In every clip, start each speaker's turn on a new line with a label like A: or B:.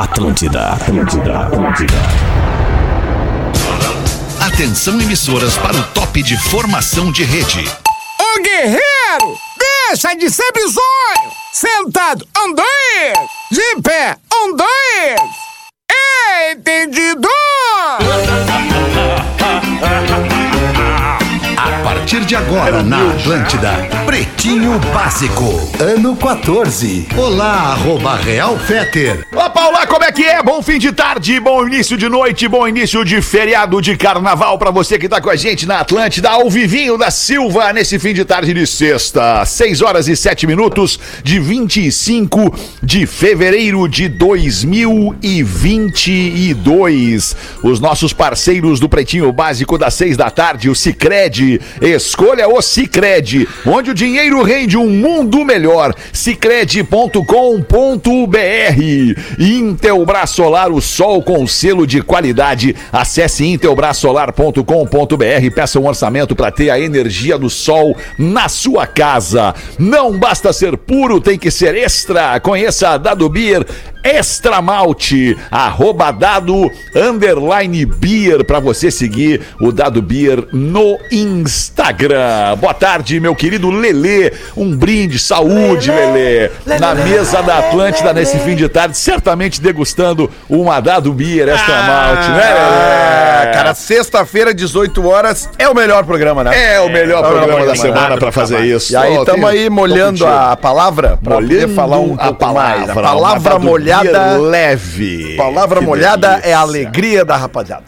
A: Atlântida, Atlântida, Atlântida.
B: Atenção emissoras para o top de formação de rede.
C: Ô guerreiro, deixa de ser bizonho! Sentado, um, dois! De pé, um, dois! Entendido!
B: A partir de agora na Atlântida, Pretinho Básico, ano 14. Olá, arroba Real Feter.
D: Ô, Paula, como é que é? Bom fim de tarde, bom início de noite, bom início de feriado de carnaval pra você que tá com a gente na Atlântida, ao vivinho da Silva, nesse fim de tarde de sexta, 6 horas e 7 minutos de 25 de fevereiro de 2022. Os nossos parceiros do Pretinho Básico das 6 da tarde, o Cicred, escolha o Cicred, onde o dinheiro rende um mundo melhor. Cicred.com.br Intelbras Solar, o sol com selo de qualidade. Acesse intelbrasolar.com.br, peça um orçamento para ter a energia do sol na sua casa. Não basta ser puro, tem que ser extra. Conheça a Dado Beer Extra Malte, arroba dado underline beer, para você seguir o Dado Beer no Instagram. Boa tarde, meu querido Lelê. Um brinde, saúde, Lelê. Na mesa da Atlântida nesse fim de tarde, certamente degustando uma Dado Beer Extra Malte, né, Lelê?
E: É, Ah. cara, sexta-feira, 18 horas, é o melhor programa, né?
D: É o melhor
E: É o melhor
D: programa da
E: programa.
D: semana
E: Nada
D: pra fazer isso.
E: E aí,
D: Ó,
E: estamos
D: tem- um
E: aí
D: tô
E: molhando
D: contigo.
E: a palavra pra poder
D: Molhando
E: falar um
D: a
E: pouco mais.
D: palavra,
E: A
D: uma
E: palavra
D: dado
E: molhada.
D: beer leve.
E: Palavra
D: Que
E: molhada é
D: delícia.
E: a alegria da rapaziada.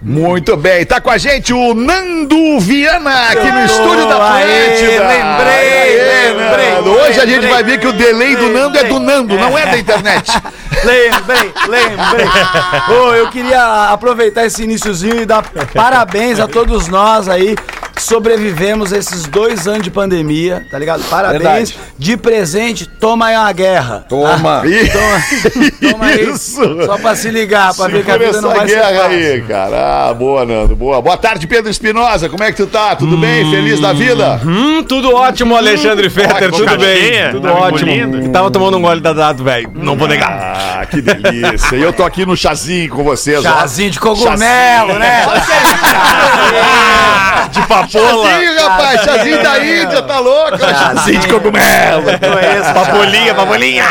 D: Muito bem, tá com a gente o Nando Viana aqui no
E: Nando,
D: estúdio da Atlântida.
E: aê, lembrei,
D: Aê,
E: lembrei,
D: Nando. Hoje a gente
E: lembrei,
D: vai ver que o delay do
E: lembrei.
D: Nando é do Nando, não é da internet.
F: Lembrei, lembrei. Ô, eu queria aproveitar esse iniciozinho e dar parabéns a todos nós aí. que Sobrevivemos esses dois anos de pandemia, tá ligado? Parabéns.
E: Verdade.
F: De presente, toma aí uma guerra.
E: Toma.
F: Toma, toma aí.
D: Isso.
F: Só pra se ligar, pra ver que a
D: Segura
F: vida não
D: essa
F: vai ser
D: guerra
F: fácil.
D: aí, cara. Ah, boa, Nando, boa. Boa tarde, Pedro Espinosa. Como é que tu tá? Tudo bem? Feliz da vida?
G: Hum, tudo ótimo, Alexandre Fetter, tudo bem. tudo ótimo. Tava tomando um gole da dado, velho. Não vou negar.
D: Ah, que delícia. E eu tô aqui no chazinho com vocês. ó.
F: Chazinho de cogumelo, né?
D: né?
G: De papola.
D: Chazinho, rapaz. Chazinho da Índia, tá louco? Chazinho de cogumelo.
G: Ah. Papolinha, papolinha.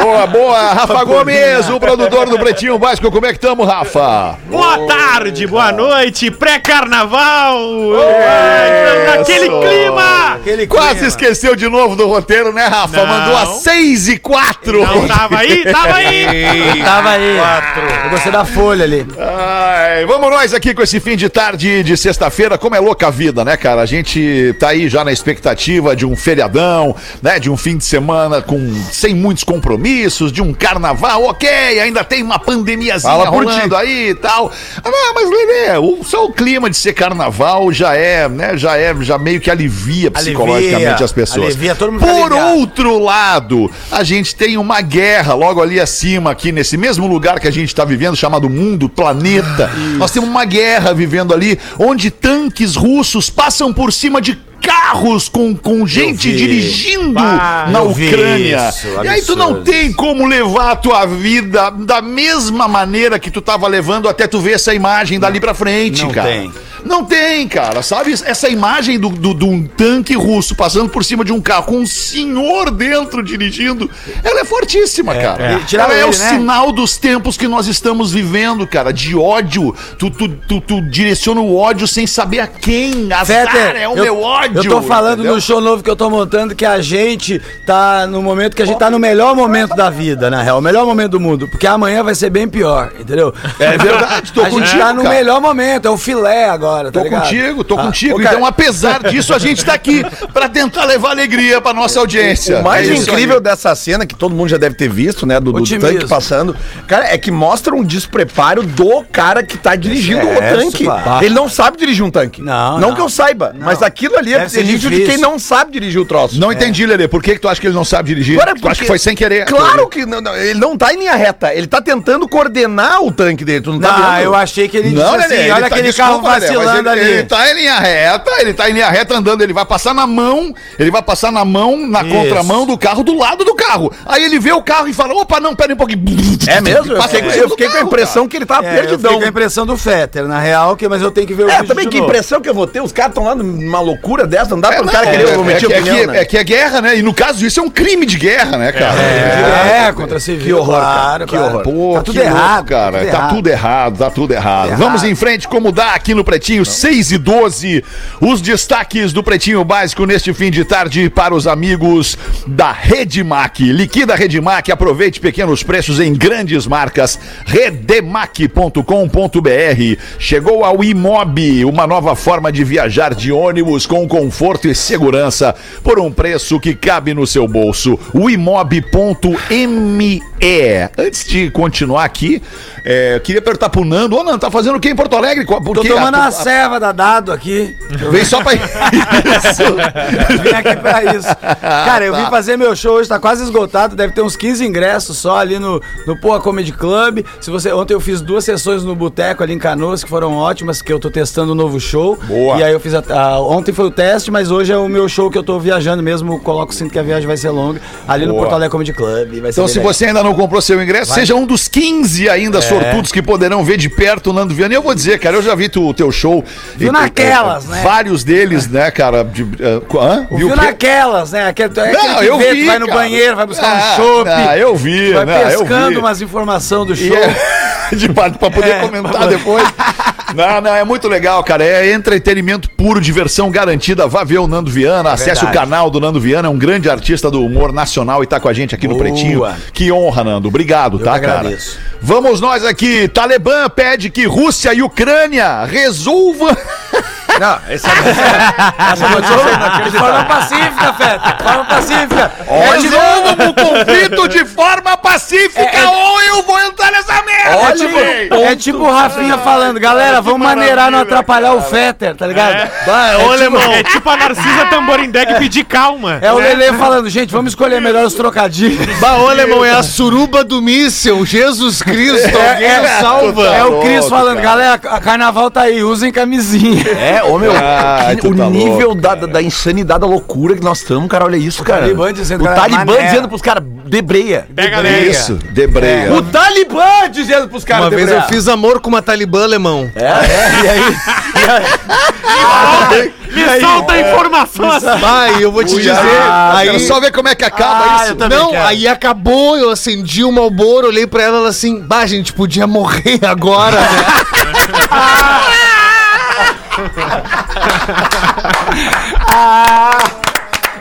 D: Boa, boa. Rafa Gomes, o produtor do Pretinho Básico. Como é que tamo, Rafa?
G: Boa tarde, boa noite, pré-carnaval.
D: isso.
G: Naquele clima.
F: Aquele
D: Quase
F: clima.
D: esqueceu de novo do roteiro, né, Rafa?
G: Não.
D: Mandou a 6 e 4.
G: Não tá tava aí, tava aí.
F: Tava aí. Eu gostei da folha ali.
D: Ai, vamos nós aqui com esse fim de tarde de sexta-feira. Como é louca a vida, né, cara? A gente tá aí já na expectativa de um feriadão, né? De um fim de semana com sem muitos compromissos, de um carnaval, ok, ainda tem uma pandemiazinha
E: Fala por
D: rolando aí e tal. Ah, não, mas Lelê, o- só o clima de ser carnaval já é, né? Já é, já meio que alivia psicologicamente
F: Alivia,
D: as pessoas.
F: alivia, todo mundo fica
D: Por um
F: aliviado.
D: outro lado, a gente tem uma guerra logo ali acima, aqui nesse mesmo lugar que a gente está vivendo, chamado mundo, planeta.
F: Ah,
D: Nós temos uma guerra vivendo ali, onde tanques russos passam por cima de carros com, com gente
F: vi.
D: dirigindo
F: Bah,
D: na
F: eu vi
D: Ucrânia.
F: isso,
D: e aí tu não
F: absurdo.
D: tem como levar a tua vida da mesma maneira que tu tava levando até tu ver essa imagem dali pra frente,
F: não
D: cara.
F: tem.
D: Não tem, cara. Sabe essa imagem do, do, de um tanque russo passando por cima de um carro com um senhor dentro dirigindo? Ela é fortíssima, cara.
F: é.
D: Ela
F: Tiraram
D: é o
F: ele, né?
D: sinal dos tempos que nós estamos vivendo, cara. De ódio. Tu, tu, tu, tu direciona o ódio sem saber a quem. Azar
F: Fetter,
D: é o
F: eu-
D: meu ódio.
F: Eu tô falando
D: entendeu?
F: no show novo que eu tô montando que a gente tá no momento que a gente tá no melhor momento da vida, na real. O melhor momento do mundo. Porque amanhã vai ser bem pior, entendeu? Então,
D: É verdade, tô
F: a gente
D: contigo,
F: tá no
D: cara.
F: melhor momento, é o filé agora, tá
D: Tô
F: ligado?
D: contigo, tô
F: Ah,
D: contigo.
F: ô, cara,
D: Então, apesar disso, a gente tá aqui pra tentar levar alegria pra nossa audiência.
E: O mais
D: É isso aí.
E: incrível dessa cena, que todo mundo já deve ter visto, né? Do, do
F: Otimismo.
E: tanque passando. Cara, é que mostra um despreparo do cara que tá dirigindo o
F: É,
E: tanque.
F: claro.
E: Ele não sabe dirigir um tanque.
F: Não,
E: Não,
F: não.
E: que eu saiba. Mas aquilo ali é
F: Deve ser
E: indício de
F: difícil.
E: quem não sabe dirigir o troço.
D: Não entendi, Lelê. Por que, que tu acha que ele não sabe dirigir?
E: É. Agora,
D: tu acha que foi sem querer?
E: Claro que não, não, ele não tá em linha reta. Ele tá tentando coordenar o tanque dele. Tu não tá
F: Não,
E: vendo?
F: eu achei que ele disse
D: Não,
F: assim,
D: Lelê, ele
F: olha
D: tá-
F: aquele
D: desculpa,
F: carro
D: Lelê, mas
F: vacilão rolando
D: ele,
F: ali.
D: ele tá em linha reta, ele tá em linha reta andando, ele vai passar na mão, ele vai passar na mão, na contramão do carro, do lado do carro. Aí ele vê o carro e fala, opa, não, pera um pouquinho.
E: É mesmo? Eu
D: Passei
E: fiquei,
D: por
E: eu fiquei com a impressão que ele tava
F: É, eu fiquei
E: perdidão.
F: com a impressão do Fetter, na real, que, mas eu tenho que ver o
E: É,
F: vídeo
E: também
F: de
E: que
F: novo.
E: impressão que eu vou ter. Os caras estão lá numa loucura dessa, não dá
D: É,
E: para
D: não,
E: pro cara
D: é,
E: querer
D: é,
E: omitir
D: é, que-
E: opinião,
D: é, que-
E: né?
D: é que é guerra, né? E no caso, isso é um crime de guerra, né, cara?
F: É, contra civil.
E: Que horror, cara,
F: claro,
E: que
F: claro.
E: horror.
D: Pô,
F: tá tudo
D: que
F: errado,
D: louco, cara.
F: tudo
D: tá
F: errado.
D: tudo errado, tá tudo errado.
F: Errado.
D: Vamos em frente, como dá aqui no Pretinho, 6 e 12. Os destaques do Pretinho Básico neste fim de tarde para os amigos da Redemac. Liquida Redemac, aproveite pequenos preços em grandes marcas. Redemac.com.br. Chegou ao Imob, uma nova forma de viajar de ônibus com conforto e segurança por um preço que cabe no seu bolso. O Imob.me. Antes de continuar aqui, é, queria perguntar pro Nando, ô Nando, tá fazendo o que em Porto Alegre?
F: Tô
D: Porque
F: tomando
E: ah,
F: uma ceva da Dado aqui.
D: Ah, Vem só pra
F: Eu
D: isso.
F: vim aqui pra isso. Cara, eu vim fazer meu show hoje, tá quase esgotado, deve ter uns 15 ingressos só ali no, no Poa Comedy Club. Se você, ontem eu fiz duas sessões no Boteco ali em Canoas, que foram ótimas, que eu tô testando um novo show.
D: Boa.
F: E aí eu fiz, a, a- ontem foi o teste, mas hoje é o meu show que eu tô viajando mesmo, coloco sinto que a viagem vai ser longa, ali no
D: Boa.
F: Porto Alegre Comedy Club. Vai ser
D: Então,
F: bem
D: se
F: legal.
D: você ainda não comprou seu ingresso, seja um dos 15
F: É.
D: ainda sortudos que poderão ver de perto o Nando Viana. E eu vou dizer, cara, eu já vi tu- o teu show.
F: Viu
D: E-
F: naquelas,
D: eh,
F: né?
D: Vários deles, né, cara? De, eh, hã?
F: Viu,
D: o quê?
F: naquelas, né? Aquele, é aquele
D: Não,
F: que
D: eu
F: vê,
D: vi,
F: tu vai no
D: cara.
F: banheiro, vai buscar
D: Ah,
F: um chopp.
D: ah, eu vi,
F: Vai
D: né, eu
F: pescando
D: vi.
F: umas informações do show.
D: E é- de parte pra poder
F: É,
D: comentar
F: pra-
D: depois. Não, não, é muito legal, cara. É entretenimento puro, diversão garantida. Vá ver o Nando
F: É
D: Viana, acesse o canal do Nando Viana, é um grande artista do humor nacional e tá com a gente aqui no Pretinho. Que honra, Nando. Obrigado, tá,
F: que
D: cara?
F: agradeço.
D: Vamos nós aqui. Talibã pede que Rússia e Ucrânia resolvam.
E: Não, essa,
F: Essa notícia é inacreditável. De forma pacífica, Feta. De forma pacífica. É de novo. É,
D: Resolvam o conflito de forma pacífica ou eu vou entrar nessa merda.
F: Ótimo.
D: velho.
F: É tipo o Rafinha falando, galera, vamos maneirar, não atrapalhar o Fetter, tá ligado? Bah, É,
H: Ô,
F: tipo-
H: alemão. É tipo a Narcisa Tamborindeg pedir calma.
F: é o Lele falando, gente, vamos escolher melhor os trocadilhos.
I: Bah, ô, alemão, é a suruba do míssel, Jesus Cristo,
F: É,
I: alguém
F: é,
I: salva.
F: é o Cris
D: Tá louco,
F: falando,
D: cara.
F: galera, a carnaval tá aí, usem camisinha.
E: é, ô meu,
D: Ai,
E: que-
D: tu
E: o
D: tá louco,
E: nível da, da- da insanidade, da loucura que nós estamos, cara, olha isso,
I: É
E: cara.
F: Talibã dizendo,
E: o
F: cara,
E: Talibã
F: maneira.
E: dizendo pros caras, debreia.
H: Pega a lei.
D: Isso, debreia.
E: O Talibã dizendo pros caras,
I: Uma vez eu fiz amor com uma talibã alemão.
H: Me solta a informação assim.
I: Bah, e eu vou te dizer,
D: Ah,
I: aí...
D: quero só ver como é que acaba isso.
I: Não, aí acabou, eu acendi o Malboro, olhei pra ela, ela assim, bah, a gente podia morrer agora, né?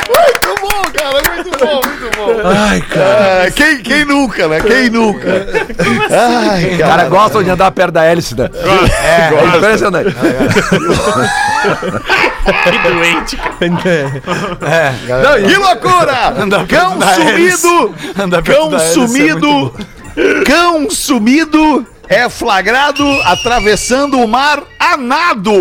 D: Muito bom, cara, muito bom, muito bom. Ai, cara. Ah, quem, quem nunca, né? Quem nunca? Ai,
E: Os caras
D: cara.
E: gostam de andar perto da hélice, né? É, é impressionante.
H: Que doente, cara.
D: Não, que loucura! Cão sumido! Cão sumido! Cão sumido! É flagrado atravessando o mar a nado.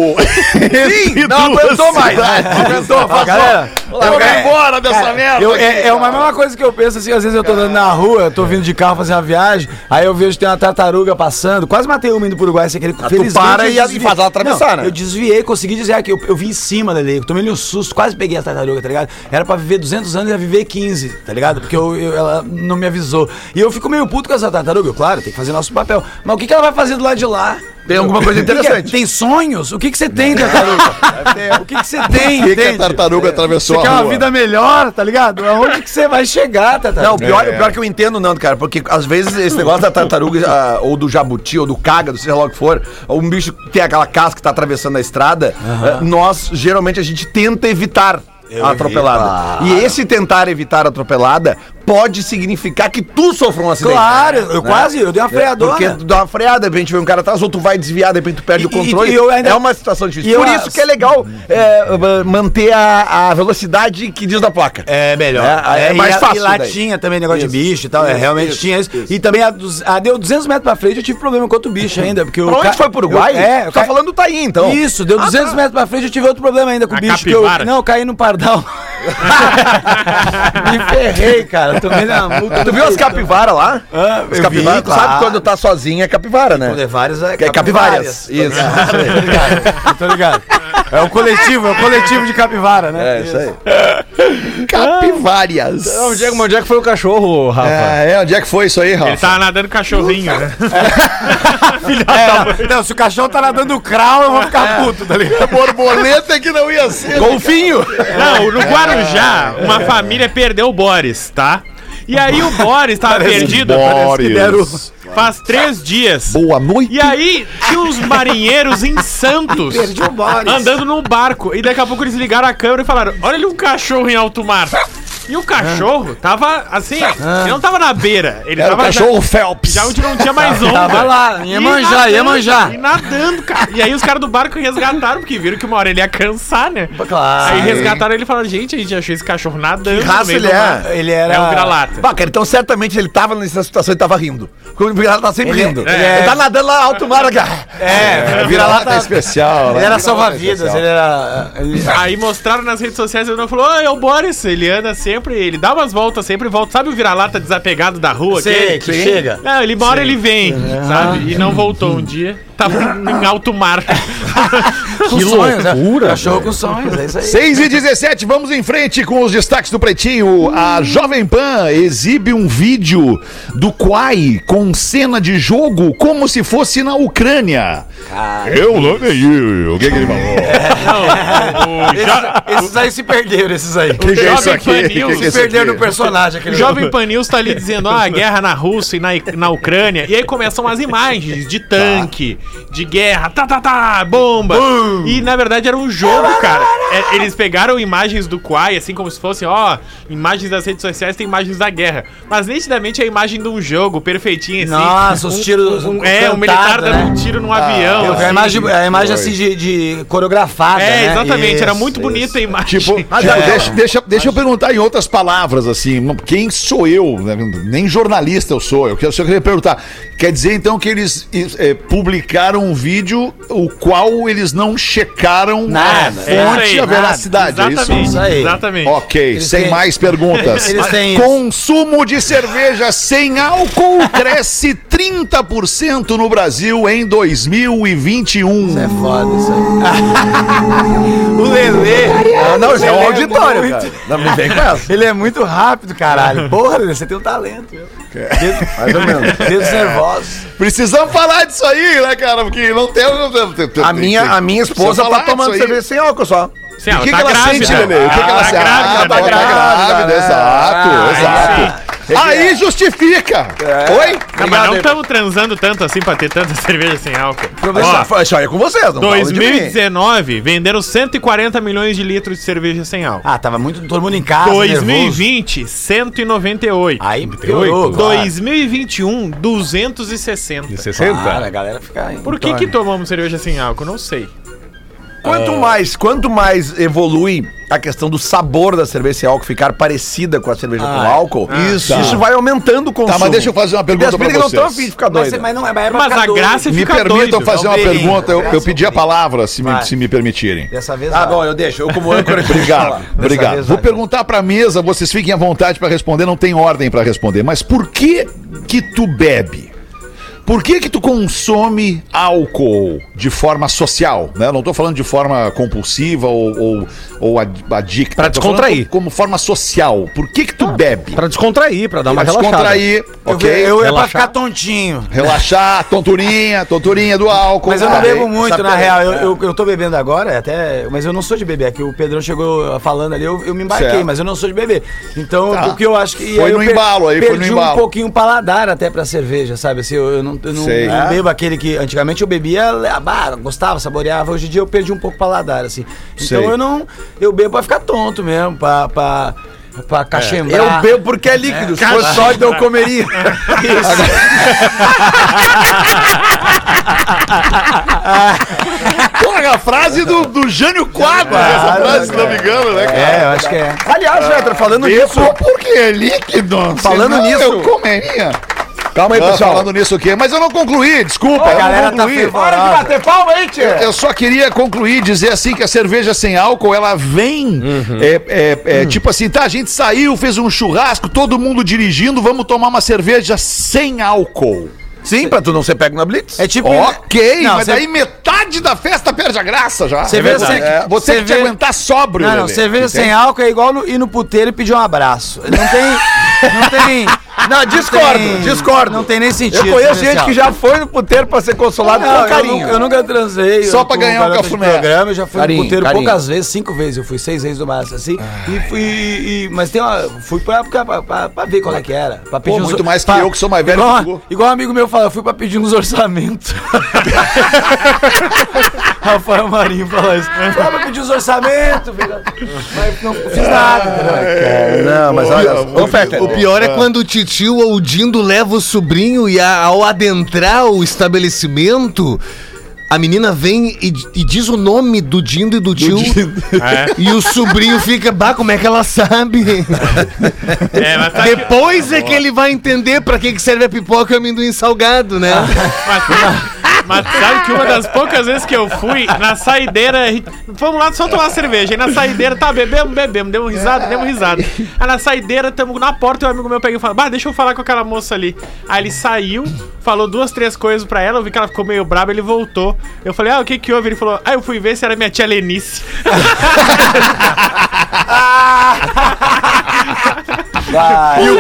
D: Sim,
E: não aguentou mais.
D: Aguentou,
F: Galera,
D: Eu vou embora dessa merda.
F: Eu-
D: aqui,
F: é, é uma
D: cara.
F: mesma coisa que eu penso assim, às vezes eu tô andando na rua, eu tô vindo de carro fazer uma viagem, aí eu vejo que tem uma tartaruga passando, quase matei uma indo pro Uruguai, sem querer. felizmente
E: Ah, para
F: eu
E: e a- e
F: desviei.
E: faz ela atravessar, né?
F: Eu desviei, consegui dizer que eu, eu vim em cima dele, eu tomei um susto, quase peguei a tartaruga, tá ligado? Era pra viver 200 anos e ia viver 15, tá ligado? Porque eu, eu- ela não me avisou. E eu fico meio puto com essa tartaruga, eu, claro, tem que fazer nosso papel. Mas o que, que ela vai fazer do lado de lá?
E: Tem alguma coisa
F: O que que é?
E: interessante.
F: Tem sonhos? O que, que você tem, tartaruga? o que, que você
D: Por
F: tem,
D: que,
E: é
D: que a
F: entende?
D: tartaruga atravessou
F: Você quer
D: a
F: uma
D: rua?
F: vida melhor, tá ligado? Aonde que você vai chegar, Tata?
E: Não, o pior,
F: É.
E: o pior que eu entendo, Nando, cara, porque às vezes esse negócio da tartaruga, ah, ou do jabuti, ou do cágado, seja lá o que for, ou um bicho que tem aquela casca que tá atravessando a estrada, ah, nós, geralmente, a gente tenta evitar a atropelada. E esse tentar evitar a atropelada pode significar que tu sofreu um acidente.
F: É. Claro, eu quase, eu dei uma freadora.
E: É, Porque tu dá uma freada, de repente vem um cara atrás, ou tu vai desviar, de repente tu perde
F: E-
E: o controle.
F: e- e eu ainda-
E: É uma situação difícil.
F: E eu
E: Por
F: a-
E: isso que é legal é, manter a, a velocidade que diz da placa.
F: É melhor.
E: É,
F: É,
E: é mais
F: e,
E: fácil
F: E lá
E: daí.
F: tinha também negócio de bicho e tal. é, realmente tinha isso. E também a, duz- a deu 200 metros pra frente, eu tive problema com outro bicho ainda. Porque o
E: Pra
F: ca-
E: onde foi pro Uruguai?
F: Eu, é,
E: tu
F: eu
E: tá
F: ca-
E: falando do Taí, então.
F: Isso, deu 200 metros pra frente, eu tive outro problema ainda com o bicho. Que eu,
H: capivara.
F: não, eu caí no pardal. Me ferrei, cara. Tomei na multa.
E: Tu viu as capivaras lá?
F: Ah,
E: As
F: eu vi,
E: capivaras, tu sabe
F: claro.
E: quando tá sozinha é capivara,
F: Quando
E: né?
F: é vários, é
E: Que é capivárias. Isso.
F: Tô ligado, eu tô ligado. É um coletivo, é um coletivo de capivara, né?
E: É, isso aí. Capivárias.
D: Então,
H: Onde é, onde é que foi o cachorro, Rafa?
D: Ah,
E: É, é, onde é que foi isso aí, Rafa?
G: Ele tá nadando cachorrinho, né?
F: É, não, se o cachorro tá nadando crawl, eu vou ficar puto, tá ligado?
D: é
E: Borboleta que não ia ser.
F: Golfinho!
G: Não, no Guarujá, uma família perdeu o Boris, tá? E aí o Boris tava perdido
D: Boris.
G: faz três dias.
D: Boa noite.
G: E aí, tinha uns marinheiros em Santos
F: o
D: um
F: Boris.
G: andando num barco. E daqui a pouco eles ligaram a câmera e falaram: Olha ali um cachorro em alto mar. E o cachorro tava assim, ele não tava na beira, ele
D: Era o
G: tava já-
D: cachorro Phelps.
G: já onde não tinha mais onda.
F: Tava Tá, lá, ia
G: E
F: manjar, ia
G: nadando,
F: manjar.
G: E nadando, cara. E aí os caras do barco resgataram, porque viram que uma hora ele ia cansar, né?
F: Claro.
G: Aí resgataram ele e falaram: Gente, a gente achou esse cachorro nadando.
E: Que raça
G: no meio
E: ele
G: do
E: é?
G: mar."
F: Ele era.
G: É um gralata.
E: Bah, cara, então certamente ele tava nessa situação e tava rindo. Porque o vira-lata tá sempre
F: Ele-
E: rindo.
F: é.
E: Ele tá nadando lá alto mar. aqui, ah.
F: É, vira
D: Vira-lata
F: lata.
D: especial, né?
F: Ele era salva-vidas, ele era. ele-
G: Aí mostraram nas redes sociais, ele não falou, ah, é o Boris, ele anda sempre, ele dá umas voltas sempre, e volta. Sabe o vira-lata desapegado da rua?
F: Sei,
G: aquele?
F: que chega.
G: Não, ele mora, ele vem, sabe? E não voltou um dia, tava em alto mar.
F: Com sonhos, né? Cachorro com sonhos, é isso aí.
D: 6 e 17, vamos em frente com os destaques do Pretinho. A Jovem Pan exibe um vídeo do Quai com cena de jogo como se fosse na Ucrânia. eu não ganhei. O que, que ele falou?
F: Esses, esses aí se perderam, esses aí.
D: que é isso
G: Jovem
D: aqui?
G: Pan
D: Que que é
G: News
D: isso
F: Se
D: aqui?
F: perderam no personagem
G: O
F: aquele
G: Jovem Pan News tá ali dizendo, ah, guerra na Rússia e na, na Ucrânia. E aí começam as imagens de tanque, de guerra, tá, tá, tá, bomba. E na verdade era um jogo, cara. É, eles pegaram imagens do Quai, assim como se fossem, ó, imagens das redes sociais tem imagens da guerra. Mas nitidamente é a imagem de um jogo, perfeitinho, assim.
F: Nossa, os tiros
G: Um, é, um
F: cantados,
G: militar dando
F: né?
G: um tiro num avião.
F: Eu vi a
G: assim.
F: imagem, a imagem assim de, de coreografada.
G: É,
F: né?
G: exatamente, era
F: Isso,
G: muito
F: isso.
G: bonita a imagem. É
D: Tipo, tipo, deixa, deixa, deixa eu perguntar em outras palavras, assim, quem sou eu? né? Nem jornalista eu sou, eu quero- só queria perguntar. Quer dizer, então, que eles eh, publicaram um vídeo o qual eles não checaram
F: Nada,
D: a fonte
G: é isso
D: e
G: aí,
D: a veracidade, é isso?
G: Exatamente,
F: Isso aí.
G: exatamente.
D: Ok,
F: Eles
D: sem
F: têm-
D: mais perguntas.
F: Eles têm-
D: Consumo de cerveja sem álcool cresce 30% no Brasil em 2021.
F: É foda isso aí.
E: O Lelê. Ah, não, isso é um
F: Lelê é
E: auditório,
F: muito-
E: cara. Não me vem com essa.
F: Ele é muito rápido, caralho. Porra, Lelê, você tem um talento. viu?
E: Mais ou menos.
F: Dedos nervosos.
D: Precisamos falar disso aí, né, cara? Porque não tem. não tem- tem- tem-
E: A minha, a minha
D: Precisa
E: esposa tá
D: falar
E: tomando
D: disso aí.
E: cerveja sem álcool só.
G: Assim,
D: O
G: ó,
D: que,
G: tá
D: que ela
G: grávida.
D: sente, Lelê? O que, que ela
G: Ah,
D: sente?
G: grávida,
D: Ah, tá
G: tá grávida. Ah,
D: grávida,
E: É.
D: exato, exato. Aí justifica.
E: É.
D: Oi?
G: Não, mas não estamos transando tanto assim pra ter tanta cerveja sem álcool. Ó,
E: Isso isso aí é com vocês, não fala de mim.
G: 2019 venderam 140 milhões de litros de cerveja sem álcool.
F: Ah, tava muito todo mundo em casa. nervoso.
G: 2020, 198.
F: Aí piorou. claro.
G: 2021, 260.
H: 60?
F: Cara, a galera fica aí.
G: Por que que tomamos cerveja sem álcool? Não sei.
E: Quanto mais, quanto mais evolui tá, a questão do sabor da cerveja sem álcool ficar parecida com a cerveja com álcool, isso, isso vai aumentando o consumo.
D: Tá, mas deixa eu fazer uma pergunta
E: As
D: pra
E: meninas não
D: vocês.
E: estão afim de ficar
F: Mas,
E: doida.
F: mas não é, mas é pra
G: tá Mas
F: ficar
G: a
F: doido.
G: graça é
D: Me
G: ficar
D: permitam
G: doido.
E: um
D: fazer uma
F: briguem,
D: pergunta. Eu, eu pedi a palavra, se me,
F: Vai.
D: se me permitirem.
F: Dessa vez.
G: Tá
E: Ah,
F: vai.
E: bom, eu deixo. Eu como âncora de
D: Obrigado, obrigado.
F: vez
D: Vou
F: vai.
D: perguntar pra mesa, vocês fiquem à vontade pra responder, não tem ordem pra responder, mas por que que tu bebe? Por que que tu consome álcool de forma social, né? Eu Não tô falando de forma compulsiva ou, ou, ou ad- adicta.
H: Pra
D: Tô falando
H: descontrair. Ah,
D: Como forma social. Por que que tu bebe?
H: Pra descontrair, pra dar uma
D: Pra
H: relaxada.
D: descontrair,
F: Eu,
D: ok?
F: eu, eu é pra
H: Relaxar.
F: ficar tontinho.
D: Relaxar, tonturinha, tonturinha do álcool.
F: Mas eu não
D: tá
F: bebo
D: bem?
F: muito,
E: Sabe-
F: na real. Eu,
D: é.
F: eu, eu tô bebendo agora, é até. Mas eu não sou de beber. É que o Pedrão chegou falando ali, eu, eu me embarquei,
D: Certo.
F: mas eu não sou de beber. Então,
D: Tá.
F: o que eu acho que.
D: Foi
F: eu
D: no
F: per-
D: embalo aí, foi no
F: perdi um
D: embalo.
F: pouquinho o paladar até pra cerveja, sabe? Assim, eu, eu não, eu não,
D: Sei.
F: não
D: É.
F: bebo aquele que. Antigamente eu bebia, ah, bah, gostava, saboreava. Hoje em dia eu perdi um pouco o paladar, assim. Então
D: Sei.
F: eu não. Eu bebo pra ficar tonto mesmo, pra. pra
D: É.
F: Pra cachembrar.
E: Eu bebo porque é líquido. Se fosse sólido, eu comeria.
D: Porra, a frase do, do Jânio Quadro, essa frase, se não me engano, né, cara?
F: É, eu acho que é.
E: Aliás, Vetra, falando nisso.
D: porque é líquido.
E: Falando
D: senão
E: nisso-
D: Eu comeria.
H: Calma aí, pessoal. Ah, Falando nisso aqui. Mas eu não concluí, desculpa. eu
F: galera
H: não
F: tá
H: concluí.
F: fervorosa. Para de
H: bater palma aí, tia. Eu só queria concluir, dizer assim que a cerveja sem álcool, ela vem.
F: Uhum.
H: É, é, é,
F: Hum.
H: Tipo assim, tá, a gente saiu, fez um churrasco, todo mundo dirigindo, vamos tomar uma cerveja sem álcool.
E: Sim, pra tu não ser pego na Blitz.
F: É tipo.
H: Ok,
F: Não,
H: mas
F: cê-
H: aí metade da festa perde a graça já.
F: Cê
H: É
F: vê,
H: verdade.
F: cê-
H: É, Vou ter
F: cê
H: que te
F: vê-
H: aguentar sóbrio.
F: Não, não,
H: Lelê.
F: cerveja sem álcool é igual no- ir no puteiro e pedir um abraço. Não tem. Não tem. Não,
E: discordo, discordo.
F: Não tem nem sentido.
E: Eu conheço
F: cerveja
E: gente
F: sem
E: que já foi no puteiro pra ser consolado
F: Não,
E: com
F: eu,
E: carinho.
F: nunca, eu nunca transei.
H: Só
F: eu
H: pra
F: fui
H: ganhar um
F: garoto de
H: cafuné.
F: programa, eu já fui
E: Carinho,
F: no puteiro
E: carinho.
F: poucas vezes, cinco vezes. Eu fui seis vezes no máximo, assim. E fui. e- e- mas tem uma. Fui pra, pra, pra- pra ver qual é que era. Pra pedir uns-
H: muito mais que
F: pra-
H: eu, que sou mais velho
F: igual,
H: que tu.
F: Igual um amigo meu fala, eu fui pra pedir uns orçamentos. Rafael Marinho fala isso. Eu Fui pra pedir uns orçamentos, velho. Mas não fiz nada, né, entendeu?
E: Não, mas olha. né? Ô, Fetter.
I: O pior é quando o titio ou o Dindo leva o sobrinho e a- ao adentrar o estabelecimento, a menina vem e, e diz o nome do Dindo e do tio. E o sobrinho fica, bah, como é que ela sabe?
G: É, mas tá aqui-
I: Depois é que ele vai entender pra que, que serve a pipoca e o amendoim salgado, né?
F: Ah.
G: Mas, mas sabe que uma das poucas vezes que eu fui, na saideira, a gente- fomos lá só tomar cerveja. E na saideira, tá, bebemos, bebemos, demos risada, demos risada. Aí na saideira, tamo na porta, e um amigo meu pegou e falou, bah, deixa eu falar com aquela moça ali. Aí ele saiu, falou duas, três coisas pra ela, eu vi que ela ficou meio braba, ele voltou. Eu falei, ah, o que que houve? Ele falou, ah, eu fui ver se era minha tia Lenice.
I: E o,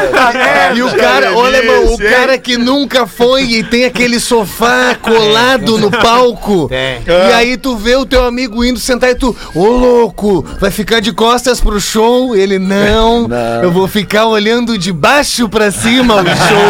I: e o cara, ô alemão, o cara que nunca foi e tem aquele sofá colado no palco. E aí tu vê o teu amigo indo sentar e tu, ô louco, vai ficar de costas pro show? Ele, não, eu vou ficar olhando de baixo pra cima o show.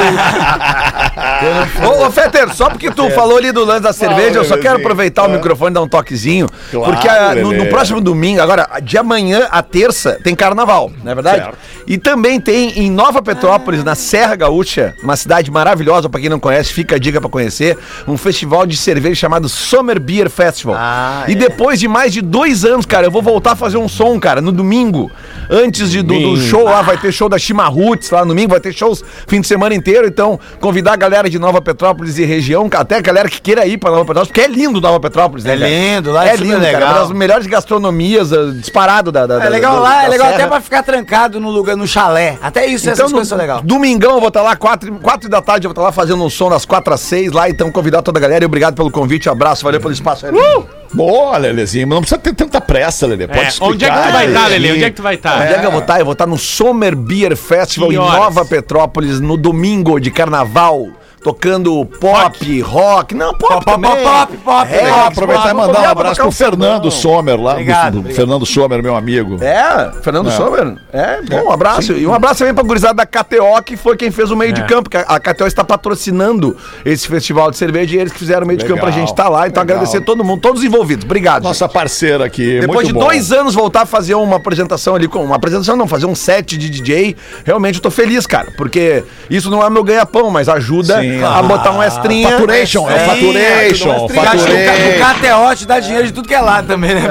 E: Ô, ô Fetter, só porque tu falou ali do lance da cerveja, eu só quero aproveitar o microfone e dar um toquezinho. porque ah, no, no próximo domingo, agora, de amanhã a terça, tem carnaval, não é verdade? E também tem em Nova Petrópolis, na Serra Gaúcha, uma cidade maravilhosa, pra quem não conhece, fica a dica pra conhecer, um festival de cerveja chamado Summer Beer Festival.
F: Ah,
E: e depois de mais de dois anos, cara, eu vou voltar a fazer um som, cara, no domingo. Antes de, do, do show lá, vai ter show da Chimarruts lá no domingo, vai ter shows fim de semana inteiro. Então, convidar a galera de Nova Petrópolis e região, até a galera que queira ir pra Nova Petrópolis, porque é lindo Nova Petrópolis, né?
F: É
E: cara?
F: lindo, lá é
E: é
F: super
E: lindo, cara.
F: legal.
E: Uma das melhores gastronomias, eh, disparado da. da
F: É
E: da-
F: legal
E: da-
F: lá,
E: da
F: é legal
E: serra. Então,
F: até pra ficar trancado no lugar, no chalé. Até isso, essas
E: no-
F: coisas são legais.
E: Domingão eu vou estar lá, 4, quatro da tarde, eu vou estar lá fazendo um som das 4 às 6 lá, então convidar toda a galera e obrigado pelo convite, abraço, valeu pelo espaço.
H: Uh! Boa, Lelezinho. Mas não precisa ter tanta pressa, Lelê. Pode
G: É,
H: explicar.
G: onde é que tu vai estar, Lelê?
H: Lelezinho.
G: Onde é que tu vai estar?
E: Onde é que eu vou estar? Eu vou estar no Summer Beer Festival
G: Que
E: em
G: horas?
E: Nova Petrópolis no domingo de carnaval. Tocando pop, rock. Não, pop,
F: Pop, pop,
E: também.
F: pop, pop,
E: É,
F: pop,
H: Aproveitar e mandar um abraço pro Fernando Sommer lá.
F: Obrigado,
H: do- do
F: obrigado.
H: Fernando Sommer, meu amigo.
E: É, Fernando Sommer. É, bom, um abraço. E um abraço também pra gurizada da KTO, que foi quem fez o meio de
H: É.
E: campo, que a- a KTO está patrocinando esse festival de cerveja e eles que fizeram o meio de
H: Legal,
E: campo pra gente estar lá. Então
H: legal.
E: agradecer todo mundo, todos os envolvidos. Obrigado.
H: Nossa parceira aqui.
E: Depois
H: muito bom.
E: de dois anos voltar a fazer uma apresentação ali, com uma apresentação não, fazer um set de DJ, realmente eu tô feliz, cara, porque isso não é meu ganha-pão, mas ajuda
H: Sim,
E: a
H: ah,
E: botar um extrinha.
H: Faturation,
E: um
H: é o faturation.
E: é
F: O
H: Faturation.
F: KTO te dá dinheiro de tudo que é lá também, né?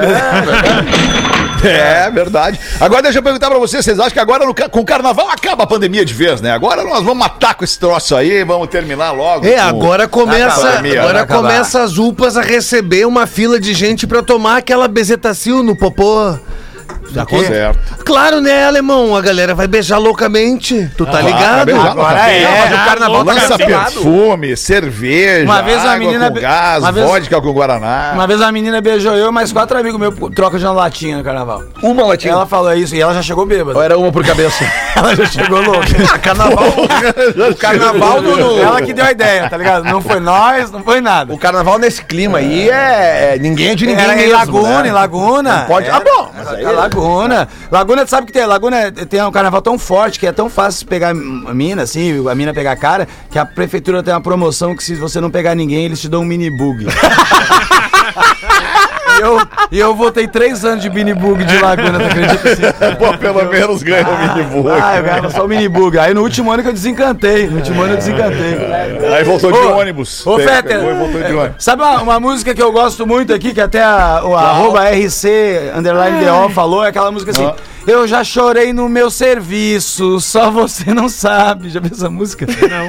H: É verdade. Agora deixa eu perguntar pra vocês, vocês acham que agora no ca- com o carnaval acaba a pandemia de vez, né? Agora nós vamos matar com esse troço aí, vamos terminar logo.
F: Tipo,
I: É,
H: com-
F: tá
I: agora começa,
H: pandemia, vai
I: agora
H: acabar.
I: começa as upas a receber uma fila de gente pra tomar aquela bezetacil no popô.
H: Tá certo.
I: Claro, né, alemão? A galera vai beijar loucamente. Tu
F: Ah,
I: tá ligado?
H: Agora
F: é,
H: Mas
F: é,
H: o carnaval tá
F: louca,
H: lança
F: cancelado.
H: perfume, cerveja,
F: Uma vez uma
H: água
F: menina
H: com
F: be-
H: gás,
F: uma vez-
H: vodka com guaraná.
E: É.
F: Uma vez uma menina beijou eu e mais quatro amigos meus por troca de uma latinha no carnaval.
E: Uma latinha.
F: Ela falou isso e ela já chegou
E: Ou
F: bêbada.
E: era uma por cabeça?
F: Ela já chegou
I: Ah,
F: louca.
E: carnaval. o carnaval no, no-
F: Ela que deu a ideia, tá ligado? Não foi nós, não foi nada.
E: O carnaval nesse clima aí é, é- ninguém é de ninguém
F: Era em
E: mesmo,
F: Laguna,
E: né?
F: em Laguna.
E: Não pode-
F: Era-
E: Ah, bom, mas aí-
F: É Laguna. Laguna, tu sabe o que tem? Laguna é- tem um carnaval tão forte que é tão fácil pegar a mina, assim, a mina pegar a cara, que a prefeitura tem uma promoção que se você não pegar ninguém, eles te dão um mini bug. E eu, e eu voltei três anos de mini bug de Laguna, tu acredita assim?
H: Pô, pelo menos ganhou o mini voo.
F: Ah, eu ganhava só o mini bug. Aí no último ano que eu desencantei. No último ano eu desencantei.
H: Aí voltou de
F: Ô,
H: ônibus.
F: Ô,
H: Pe-
F: Fetter,
H: pegou e voltou de ônibus.
F: sabe uma, uma música que eu gosto muito aqui, que até a, o arroba RC underline DO falou, é aquela música assim. Eu já chorei no meu serviço, só você não sabe. Já viu essa música?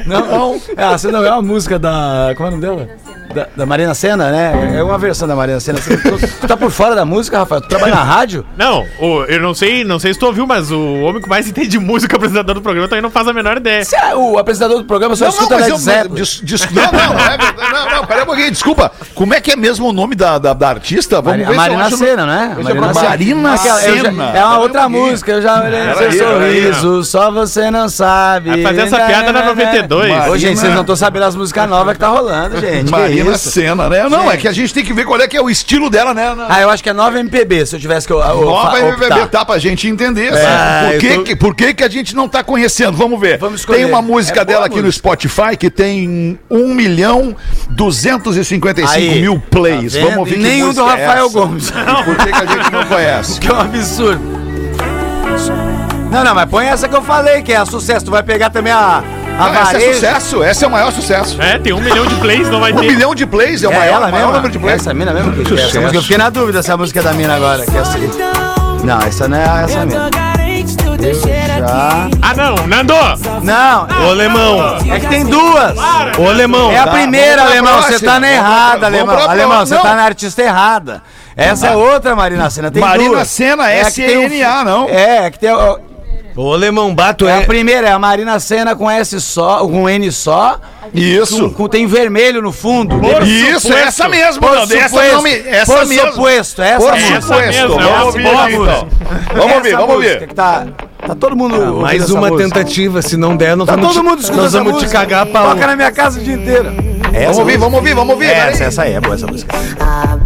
F: Não.
D: Tá
F: Não, É, a cena é uma música da. Como é o nome dela? Da, da Marina Senna, né? É uma versão da Marina Senna. Você- tu- tu tá por fora da música, Rafael? Tu trabalha na rádio?
G: Não, o- eu não sei, não sei se tu ouviu, mas o homem que mais entende de música, apresentador do programa, também não faz a menor ideia.
F: Você é o apresentador do programa, só
D: Não, não,
F: escuta
D: mas eu,
F: Led Zeppelin.
D: mas, des, des- não, não, é verdade. não, não, pera um pouquinho, desculpa. Como é que é mesmo o nome da, da, da artista? Vamos
F: Mari- a Marina Senna, né? A Marina
D: agora. Marina
F: Aquela- eu já-
D: Sena.
F: É uma
D: Pera
F: outra
D: um pouquinho.
F: música, eu já olhei no seu
G: aí, pera aí,
F: sorriso, só você não sabe. Né,
G: Vai fazer essa piada na 92.
F: Ô, gente, vocês não estão sabendo as músicas novas que tá rolando, gente. que
D: Marina
F: isso?
D: Senna, né? Não, é que a gente tem que ver qual é que é o estilo dela, né? Na-
F: Ah, eu acho que é 9 MPB, se eu tivesse que eu, eu,
D: Nova
F: fa-
D: MPB, tá pra gente entender.
F: É,
D: sabe? por que, que, por que que a gente não tá conhecendo? Vamos ver.
F: Vamos escolher.
D: tem uma música
F: É boa
D: dela aqui no
F: música.
D: Spotify que tem 1 milhão 255
F: Aí.
D: mil plays.
F: Tá
D: Vamos
F: vendo?
D: ouvir que
F: Nenhum
D: música
F: do
D: é
F: Rafael
D: essa.
F: Gomes.
D: Por que, que a gente não conhece?
F: Que é um absurdo. Não, não, mas põe essa que eu falei, que é a sucesso. Tu vai pegar também a, a
D: Ah, essa é
F: varejo.
D: sucesso, essa é o maior sucesso.
G: É, tem um milhão de plays, não vai
D: Um
G: ter.
D: milhão de plays é o
F: É
D: maior,
F: ela
D: maior
F: mesmo?
D: número de plays.
F: Essa mina mesmo? Que que é essa
D: Sucesso.
F: música? Eu fiquei na dúvida se a música é da mina agora. Que é a seguinte. Não, essa não é essa mesmo. tá? Já...
G: Ah, não, Nando!
F: Não,
C: Ô, alemão.
F: é que tem duas.
C: Ô, alemão.
F: É a primeira,
D: Tá, vamos pra
F: alemão. Você
D: próxima.
F: tá na
D: Vamos pra-
F: errada,
D: vamos
F: alemão.
D: pra próxima.
F: Alemão, você tá
D: Não.
F: na artista errada. Essa é outra Marina Sena. Tem
D: Marina
F: duas.
D: Sena,
F: a que tem o-
D: SNA, não?
F: É, é que tem. o-
C: Ô, alemão, bato
F: É
C: é...
F: a primeira, é a Marina Sena com S só, com N só. Com,
D: Isso.
F: com- tem vermelho no fundo.
D: Isso, é essa mesmo,
F: Por
D: Nando. Essa,
F: supuesto.
D: nome, essa
F: Por
D: mesmo.
F: supuesto, essa
D: Por
F: mesmo.
D: supuesto.
G: mesmo,
D: Vamos
G: essa
D: ouvir,
G: boa
D: então. Vamos
F: Essa
D: ouvir, vamos
F: música
D: ouvir.
F: que Tá, tá todo mundo. ouvindo
C: Ah, Mais
F: essa
C: uma
F: música.
C: tentativa, se não der, nós
F: Tá
C: vamos
F: todo
C: te-
F: mundo escutando
C: Nós
F: essa
C: vamos te
F: música.
C: cagar pra...
F: Toca na minha casa o dia inteiro.
D: Vamos ouvir, vamos ouvir, vamos ouvir.
F: Essa, essa aí é boa essa música.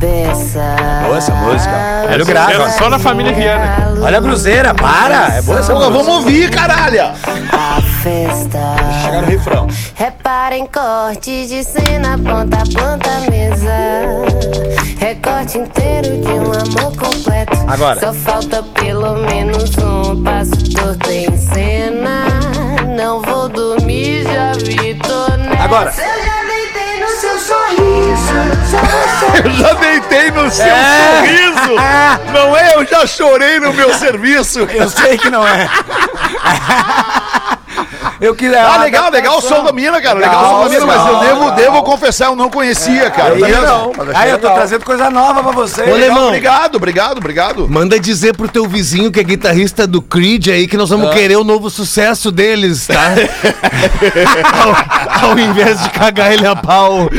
F: Boa essa música.
C: É
F: Olha o
G: Era
F: grave.
G: É só na família né? Viana.
F: Olha a bruseira, para. É boa essa
D: Porra,
F: música.
D: vamos ouvir, caralho.
J: A festa. Chega no refrão. Reparem corte de cena, ponta a ponta, mesa. Recorte inteiro de um amor completo.
F: Agora.
J: Só falta pelo menos um passo torto em cena. Não vou dormir, já vi, tô nessa.
F: Agora.
J: Eu já deitei no seu sorriso. Só você
D: Eu já deitei no seu
C: É.
D: sorriso. Não é? Eu já chorei no meu serviço.
F: Eu sei que não é. Eu queria.
D: Ah, legal, legal o som da mina, cara. Legal o som da mina, mas eu
F: legal,
D: devo, devo confessar, eu não conhecia, cara.
F: Aí,
D: Beleza?
F: não. Aí eu tô trazendo coisa nova pra vocês.
D: Legal,
F: Legal.
D: Obrigado, obrigado, obrigado. Manda
I: Dizer pro teu vizinho que é guitarrista do Creed aí que nós
F: Ah.
I: vamos querer o novo sucesso deles, tá? ao, ao invés de cagar ele a pau.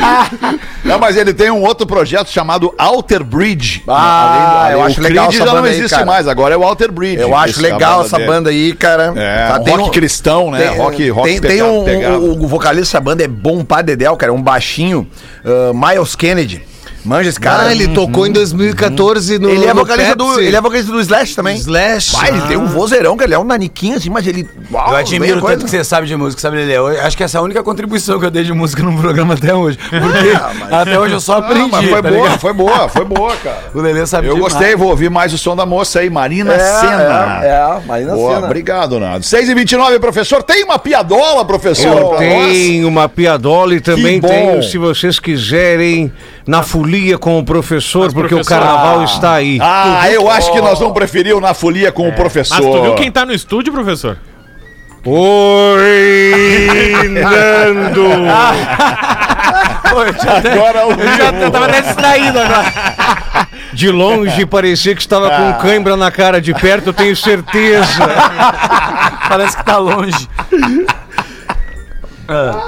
D: Não, mas ele tem um outro projeto chamado Alter Bridge. Né?
E: Ah, eu acho legal
D: Creed já
E: essa
D: não
E: banda aí,
D: existe
E: cara.
D: mais, agora é o Alter Bridge.
E: Eu acho
D: Esse
E: legal
D: é a
E: essa
D: dele.
E: banda aí, cara.
D: É,
E: Tá,
D: um rock cristão, né?
E: Tem,
D: rock, rock
E: tem, tem
D: pegado,
E: um,
D: pegado.
E: o- o vocalista dessa banda é bom pra Dedel, cara. É um baixinho, ah, Miles Kennedy. Manja esse cara. Uhum.
I: Ah, ele tocou em 2014 no
E: Ele é
I: no
E: vocalista do,
I: Pepsi.
E: ele é vocalista do Slash também.
I: Slash.
E: Ah, ele tem um vozeirão, cara. Ele é um naniquinho assim, mas ele. Uau,
F: Eu admiro
E: meia coisa.
F: tanto que você sabe de música, sabe, Lelê? Eu acho que essa é a única contribuição que eu dei de música num programa até hoje. Porque até hoje eu só aprendi.
D: Não, Ah, mas foi
F: tá
D: boa,
F: ligado?
D: foi boa, foi boa, cara.
F: O Lelê sabe
D: Eu
F: demais.
D: gostei, vou ouvir mais o som da moça aí, Marina Senna.
E: É, Marina
D: Boa,
E: Sena.
D: obrigado, Nando. 6 e 29 professor. Tem uma piadola, professor,
C: Eu
D: pra nós?
C: tenho uma piadola e também
D: bom.
C: tenho, se vocês quiserem, na folia com o professor, porque
G: professor-
C: o carnaval está aí.
D: Ah, eu acho que nós vamos preferir o Na Folia com o professor.
G: Mas tu viu quem tá no estúdio, professor?
C: Oi, Nando!
F: Pô, eu já-
D: Agora o
F: eu já
E: tá-
F: eu tava até distraído agora. Ah.
C: De longe parecia que estava com cãibra na cara, de perto eu tenho certeza.
F: Parece que tá longe. Ah.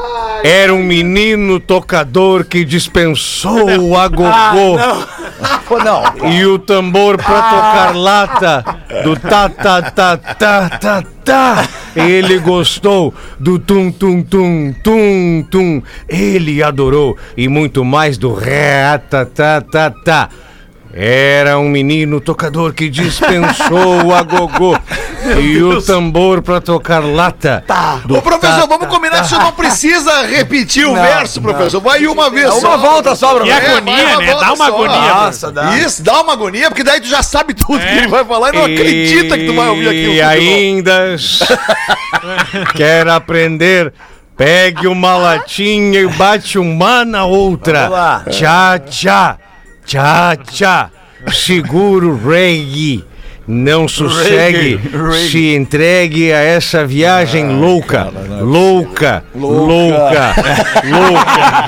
C: Era um menino tocador que
F: Ah,
C: dispensou a gogô
E: Pô, não.
C: e o tambor pra
D: Ah.
C: tocar lata do tá tá tá tá tá tá. Ele gostou do tum tum tum tum tum. Ele adorou e muito mais do ré tá tá tá tá. Era um menino tocador que dispensou a gogô e o tambor pra tocar lata. do
D: Ô, professor,
C: tá,
D: vamos combinar que o senhor não precisa repetir o verso, professor. Vai uma vez É,
E: Dá É uma volta só,
G: E
E: Bruno.
D: vai
G: agonia,
D: uma
G: né?
D: volta
G: Dá uma
D: só.
G: agonia.
F: Nossa, dá.
D: Isso, dá uma agonia, porque daí tu já sabe tudo que ele vai falar e não acredita que tu vai ouvir aquilo.
C: E
D: tudo de novo.
C: ainda s- quer aprender? Pegue uma latinha e bate uma na
F: Vamos lá.
C: outra. Tchá, tchá. Tchá, tchá. Seguro reggae. não sossegue, se entregue a essa viagem louca, louca, louca, louca,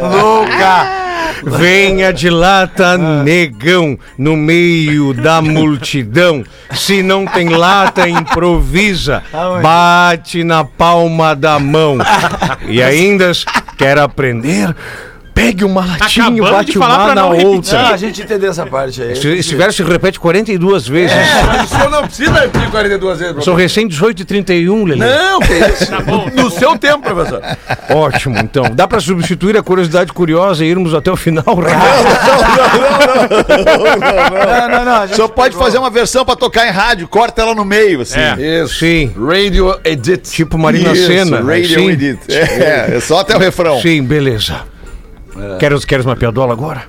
F: Louca!
C: Venha de lata, negão, no meio da multidão. Se não tem lata, improvisa. Bate na palma da mão. E ainda s- quer aprender? Pegue uma latinha e
G: Acabando de
C: bate
G: falar
C: uma
G: pra
C: na
G: não repetir. Ah,
F: Não, Ah, a
C: outra.
F: gente entendeu essa parte aí.
C: Esse esse verso se repete 42 vezes.
E: É, Mas o senhor não precisa repetir 42 vezes, Né?
C: Sou recém 18 e 31, Lelê.
E: Não, que isso.
F: Tá
E: No seu tempo, professor.
C: Ótimo, então. Dá pra substituir a curiosidade curiosa e irmos até o final, Rafa?
F: Não, não, não. a gente-
D: O senhor pode fazer uma versão pra tocar em rádio, corta ela no meio, assim.
G: É.
D: Isso.
C: Sim.
D: Radio Edit.
C: Tipo Marina
D: Isso,
C: Sena,
D: Radio
C: assim.
D: Edit. É, é só até o refrão.
C: Sim, beleza.
G: É.
C: Queres, queres uma piadola agora?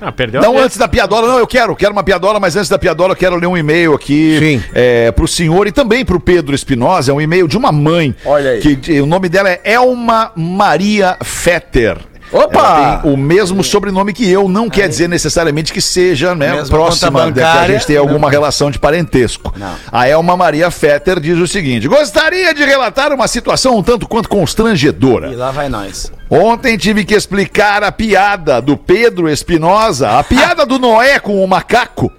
G: Ah, perdeu
D: Não
G: a
D: antes da piadola, não, eu quero, quero uma piadola, mas antes da piadola eu quero ler um e-mail aqui
C: Sim.
D: é, pro senhor e também pro Pedro Espinosa, é um e-mail de uma mãe.
E: Olha aí.
D: Que, que o nome dela é Elma Maria Fetter.
E: Opa!
D: Ela tem o mesmo sobrenome que eu, não quer dizer necessariamente que seja, né,
F: Mesma
D: próxima
F: conta
D: de que a
F: bancária,
D: gente tenha alguma relação de parentesco. A Elma Maria Fetter diz o seguinte: "Gostaria de relatar uma situação um tanto quanto constrangedora.
F: E lá vai nós.
D: Ontem tive que explicar a piada do Pedro Espinosa, a piada do Noé com o macaco.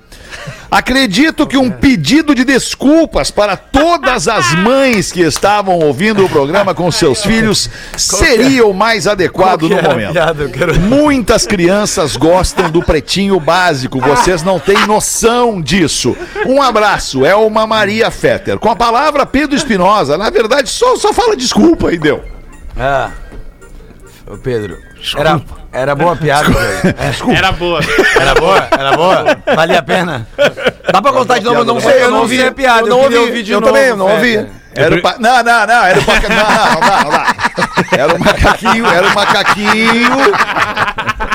D: Acredito que um pedido de desculpas para todas as mães que estavam ouvindo o programa com seus filhos seria o mais adequado no momento.
F: Piada, eu quero...
D: Muitas crianças gostam do pretinho básico, vocês não têm noção disso. Um abraço, é uma Maria Fetter. Com a palavra Pedro Espinosa, na verdade só, só fala desculpa e deu.
F: Ah. Ô, Pedro. Era, era boa piada, velho.
G: Era boa.
F: Era boa? Era boa? Valia a pena? Dá pra contar de novo, eu não sei. Eu não vi a piada, eu não ouvi. Eu, também, eu não ouvi.
D: Era o pa... Não, não, não, era o paca... não, não, não, não. Era o macaquinho, era o macaquinho.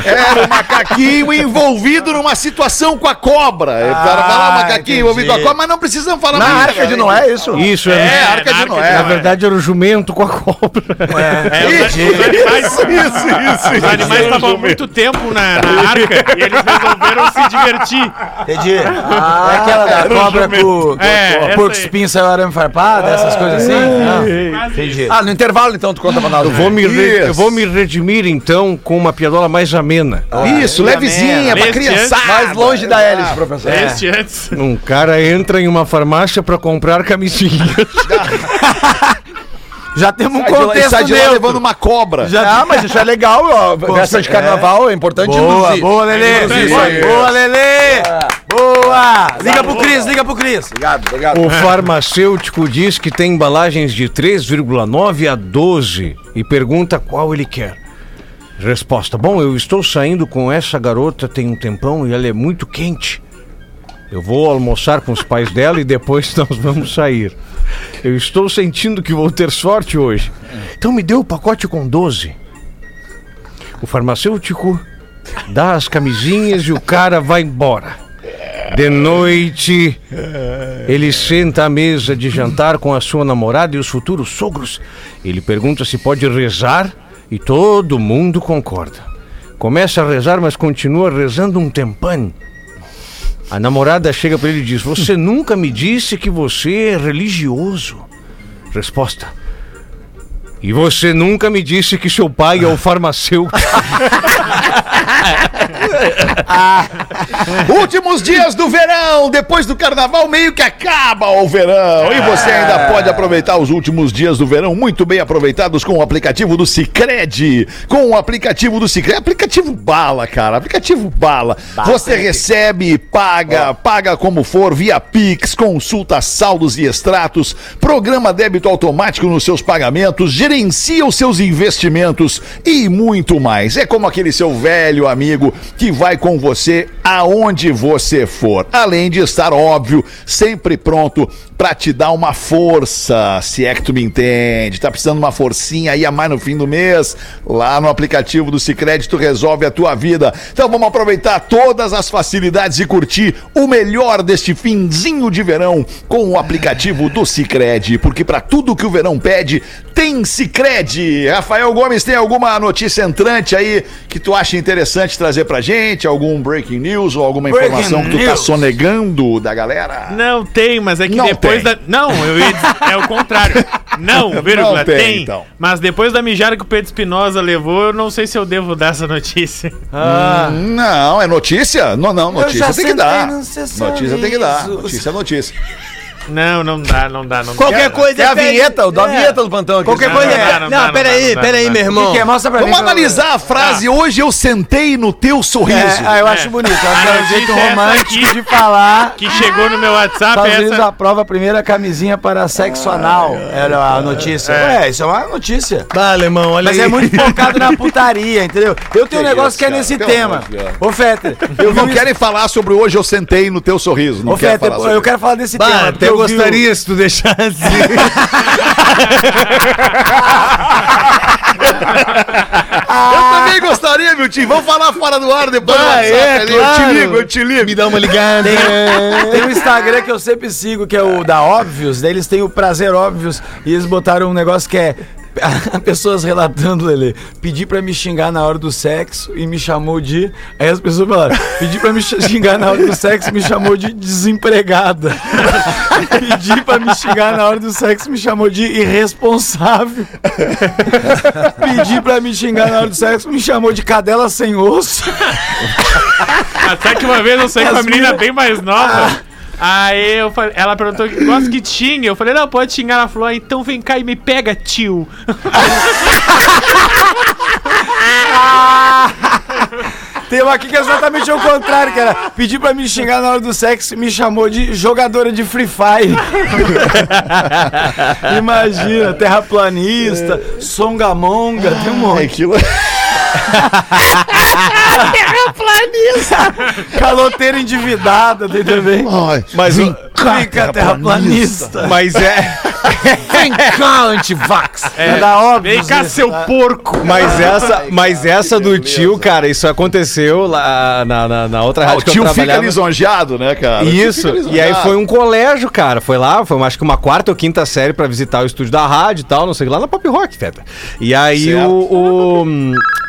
D: Era o macaquinho envolvido numa situação com a cobra. O cara fala macaquinho envolvido com a cobra, mas não precisam falar
E: Na
D: muito,
E: arca
D: cara.
E: de Noé, isso?
C: Isso,
G: É,
C: era,
G: na Arca de Noé.
C: na verdade era o jumento com a cobra.
G: É, os, os animais,
D: Isso,
G: os
D: isso, isso.
G: animais estavam há muito tempo na, na arca e eles resolveram se divertir.
F: Entendi. é aquela da cobra com
G: É,
F: com
G: essa
F: porco
G: aí.
F: espinho saiu arame farpado, essas coisas assim? Ah,
C: É
F: entendi.
E: Ah, no intervalo, então, tu conta pra nós.
C: Eu vou, me re- eu vou me redimir então com uma piadola mais amena.
G: Ah.
C: Ah,
D: Isso, levezinha, pra
G: Neste
D: criançada.
G: Ah,
E: Mais longe da hélice, professor.
G: Este antes.
C: Um cara entra em uma farmácia pra comprar camisinha.
F: Já temos um
D: Sai de lá-
F: contexto
D: sai de lá
F: neutro.
D: levando uma cobra.
E: Ah, mas isso é legal, ó. Festa de carnaval é, importante
F: Boa,
E: induzir.
F: boa, Lelê.
E: Induzir.
F: Boa, Lelê. Boa. Liga pro Cris, liga pro Cris.
E: Obrigado, obrigado.
C: O farmacêutico diz que tem embalagens de 3,9 a 12 e pergunta qual ele quer. Resposta: Bom, eu estou saindo com essa garota tem um tempão e ela é muito quente. Eu vou almoçar com os pais dela e depois nós vamos sair. Eu estou sentindo que vou ter sorte hoje. Então me dê o pacote com 12. O farmacêutico dá as camisinhas e o cara vai embora. De noite. Ele senta à mesa de jantar com a sua namorada e os futuros sogros. Ele pergunta se pode rezar e todo mundo concorda. Começa a rezar, mas continua rezando um tempão. A namorada chega para ele e diz: Você nunca me disse que você é religioso. Resposta: E você nunca me disse que seu pai é o farmacêutico.
D: Últimos dias do verão, depois do carnaval, meio que acaba o verão. E você ainda pode aproveitar os últimos dias do verão muito bem aproveitados com o aplicativo do Cicred. Com o aplicativo do Cicred. Aplicativo bala, cara. Aplicativo bala. você recebe e paga, paga como for, via Pix, consulta saldos e extratos, programa débito automático nos seus pagamentos, gerencia os seus investimentos e muito mais. É como aquele seu velho amigo que vai com você aonde você for. Além de estar, óbvio, sempre pronto pra te dar uma força, se é que tu me entende. Tá precisando de uma forcinha aí a mais no fim do mês? Lá no aplicativo do Sicredi tu resolve a tua vida. Então vamos aproveitar todas as facilidades e curtir o melhor deste finzinho de verão com o aplicativo do Sicredi, porque pra tudo que o verão pede tem Sicredi. Rafael Gomes tem alguma notícia entrante aí que tu acha interessante? interessante trazer pra gente? Algum breaking news ou alguma informação que tu tá sonegando da galera?
G: Não tem, mas é que
D: Não
G: depois
D: tem.
G: da. Não, eu ia dizer, é o contrário. Não, vírgula,
D: Não tem,
G: tem.
D: então.
G: Mas depois da mijada que o Pedro Espinosa levou, eu não sei se eu devo dar essa notícia.
D: Não, é notícia? Não, não,
F: já
D: notícia tem que
F: sentei
D: dar.
F: num sessão
D: Notícia tem que dar.
F: liso.
D: Notícia é notícia.
G: Não, não dá, não dá, não dá.
F: Qualquer coisa
E: É a
F: pede-
E: vinheta, o da
F: É.
E: vinheta do plantão aqui.
F: Qualquer
G: Não,
F: coisa
G: não
F: é.
G: dá, não dá,
F: Não,
G: não
F: peraí,
G: dá, não dá,
F: peraí,
G: não dá.
F: meu irmão.
I: Que que é?
F: Mostra pra
D: Vamos
F: pra eu-
D: analisar a frase. Hoje eu sentei no teu sorriso.
F: tá. É, ah, eu
G: É.
F: acho bonito. Eu
G: A
F: acho que é um
G: notícia
F: jeito
G: é essa
F: romântico
G: aqui.
F: de falar.
G: Que chegou no meu WhatsApp
F: Estados
G: é
F: Unidos
G: essa.
F: aprova a primeira camisinha para sexo anal. Era a notícia. É, isso é uma notícia.
C: Tá, alemão, olha
F: Mas é muito focado na putaria, entendeu? Eu tenho um negócio que é
D: cara,
F: nesse
D: pelo
F: tema.
D: amor de Deus.
F: Ô, Fetter,
D: Eu não
F: vi-
D: quero falar sobre hoje eu sentei no teu sorriso. Não
F: Ô,
D: quero
F: Fetter,
D: falar sobre
F: eu quero falar desse tema.
C: Bah, até eu
F: porque vi o-
C: gostaria se tu deixasse.
D: Eu também gostaria, meu tio. Vamos falar fora do ar depois. do WhatsApp
C: é,
D: ali. Eu
C: claro.
D: te ligo, eu te ligo.
I: Me dá uma ligada.
F: Tem um Instagram que eu sempre sigo, que é o da Óbvios, daí eles têm o Prazer Óbvios, e eles botaram um negócio que é. Pessoas relatando, Lele, pedi pra me xingar na hora do sexo e me chamou de. Aí as pessoas falaram, pedi pra me xingar na hora do sexo me chamou de desempregada. pedi pra me xingar na hora do sexo me chamou de irresponsável. pedi pra me xingar na hora do sexo me chamou de cadela sem osso.
G: Até Ah, que uma vez eu saí com uma
F: As
G: menina
F: mina-
G: bem mais nova. Aí eu falei, ela perguntou que gosta que tinha. Eu falei, não, pode xingar. Ela falou, ah, então vem cá e me pega, tio.
F: Tem uma aqui que é exatamente o contrário, que era pedir pra me xingar na hora do sexo e me chamou de jogadora de Free Fire. Imagina, terraplanista, songamonga, tem um monte.
D: Aquilo...
F: Caloteira endividada, tem também.
D: Ai,
C: Mas, o-
F: Fica terraplanista.
C: mas é,
F: É, da óbvio.
G: Vem cá, seu porco.
C: mas
D: Ah,
C: essa, mas essa do tio, cara, isso aconteceu lá na, na, na outra
D: Ah,
C: rádio
D: o
C: que eu
D: tio fica
C: trabalhava.
D: lisonjeado, né, cara?
C: Isso, e
D: Ah.
C: aí foi um colégio, cara. Foi lá, foi acho que uma quarta ou quinta série pra visitar o estúdio da rádio e tal, não sei o que, lá na Pop Rock, Feta. E aí o,
D: Certo.
C: o-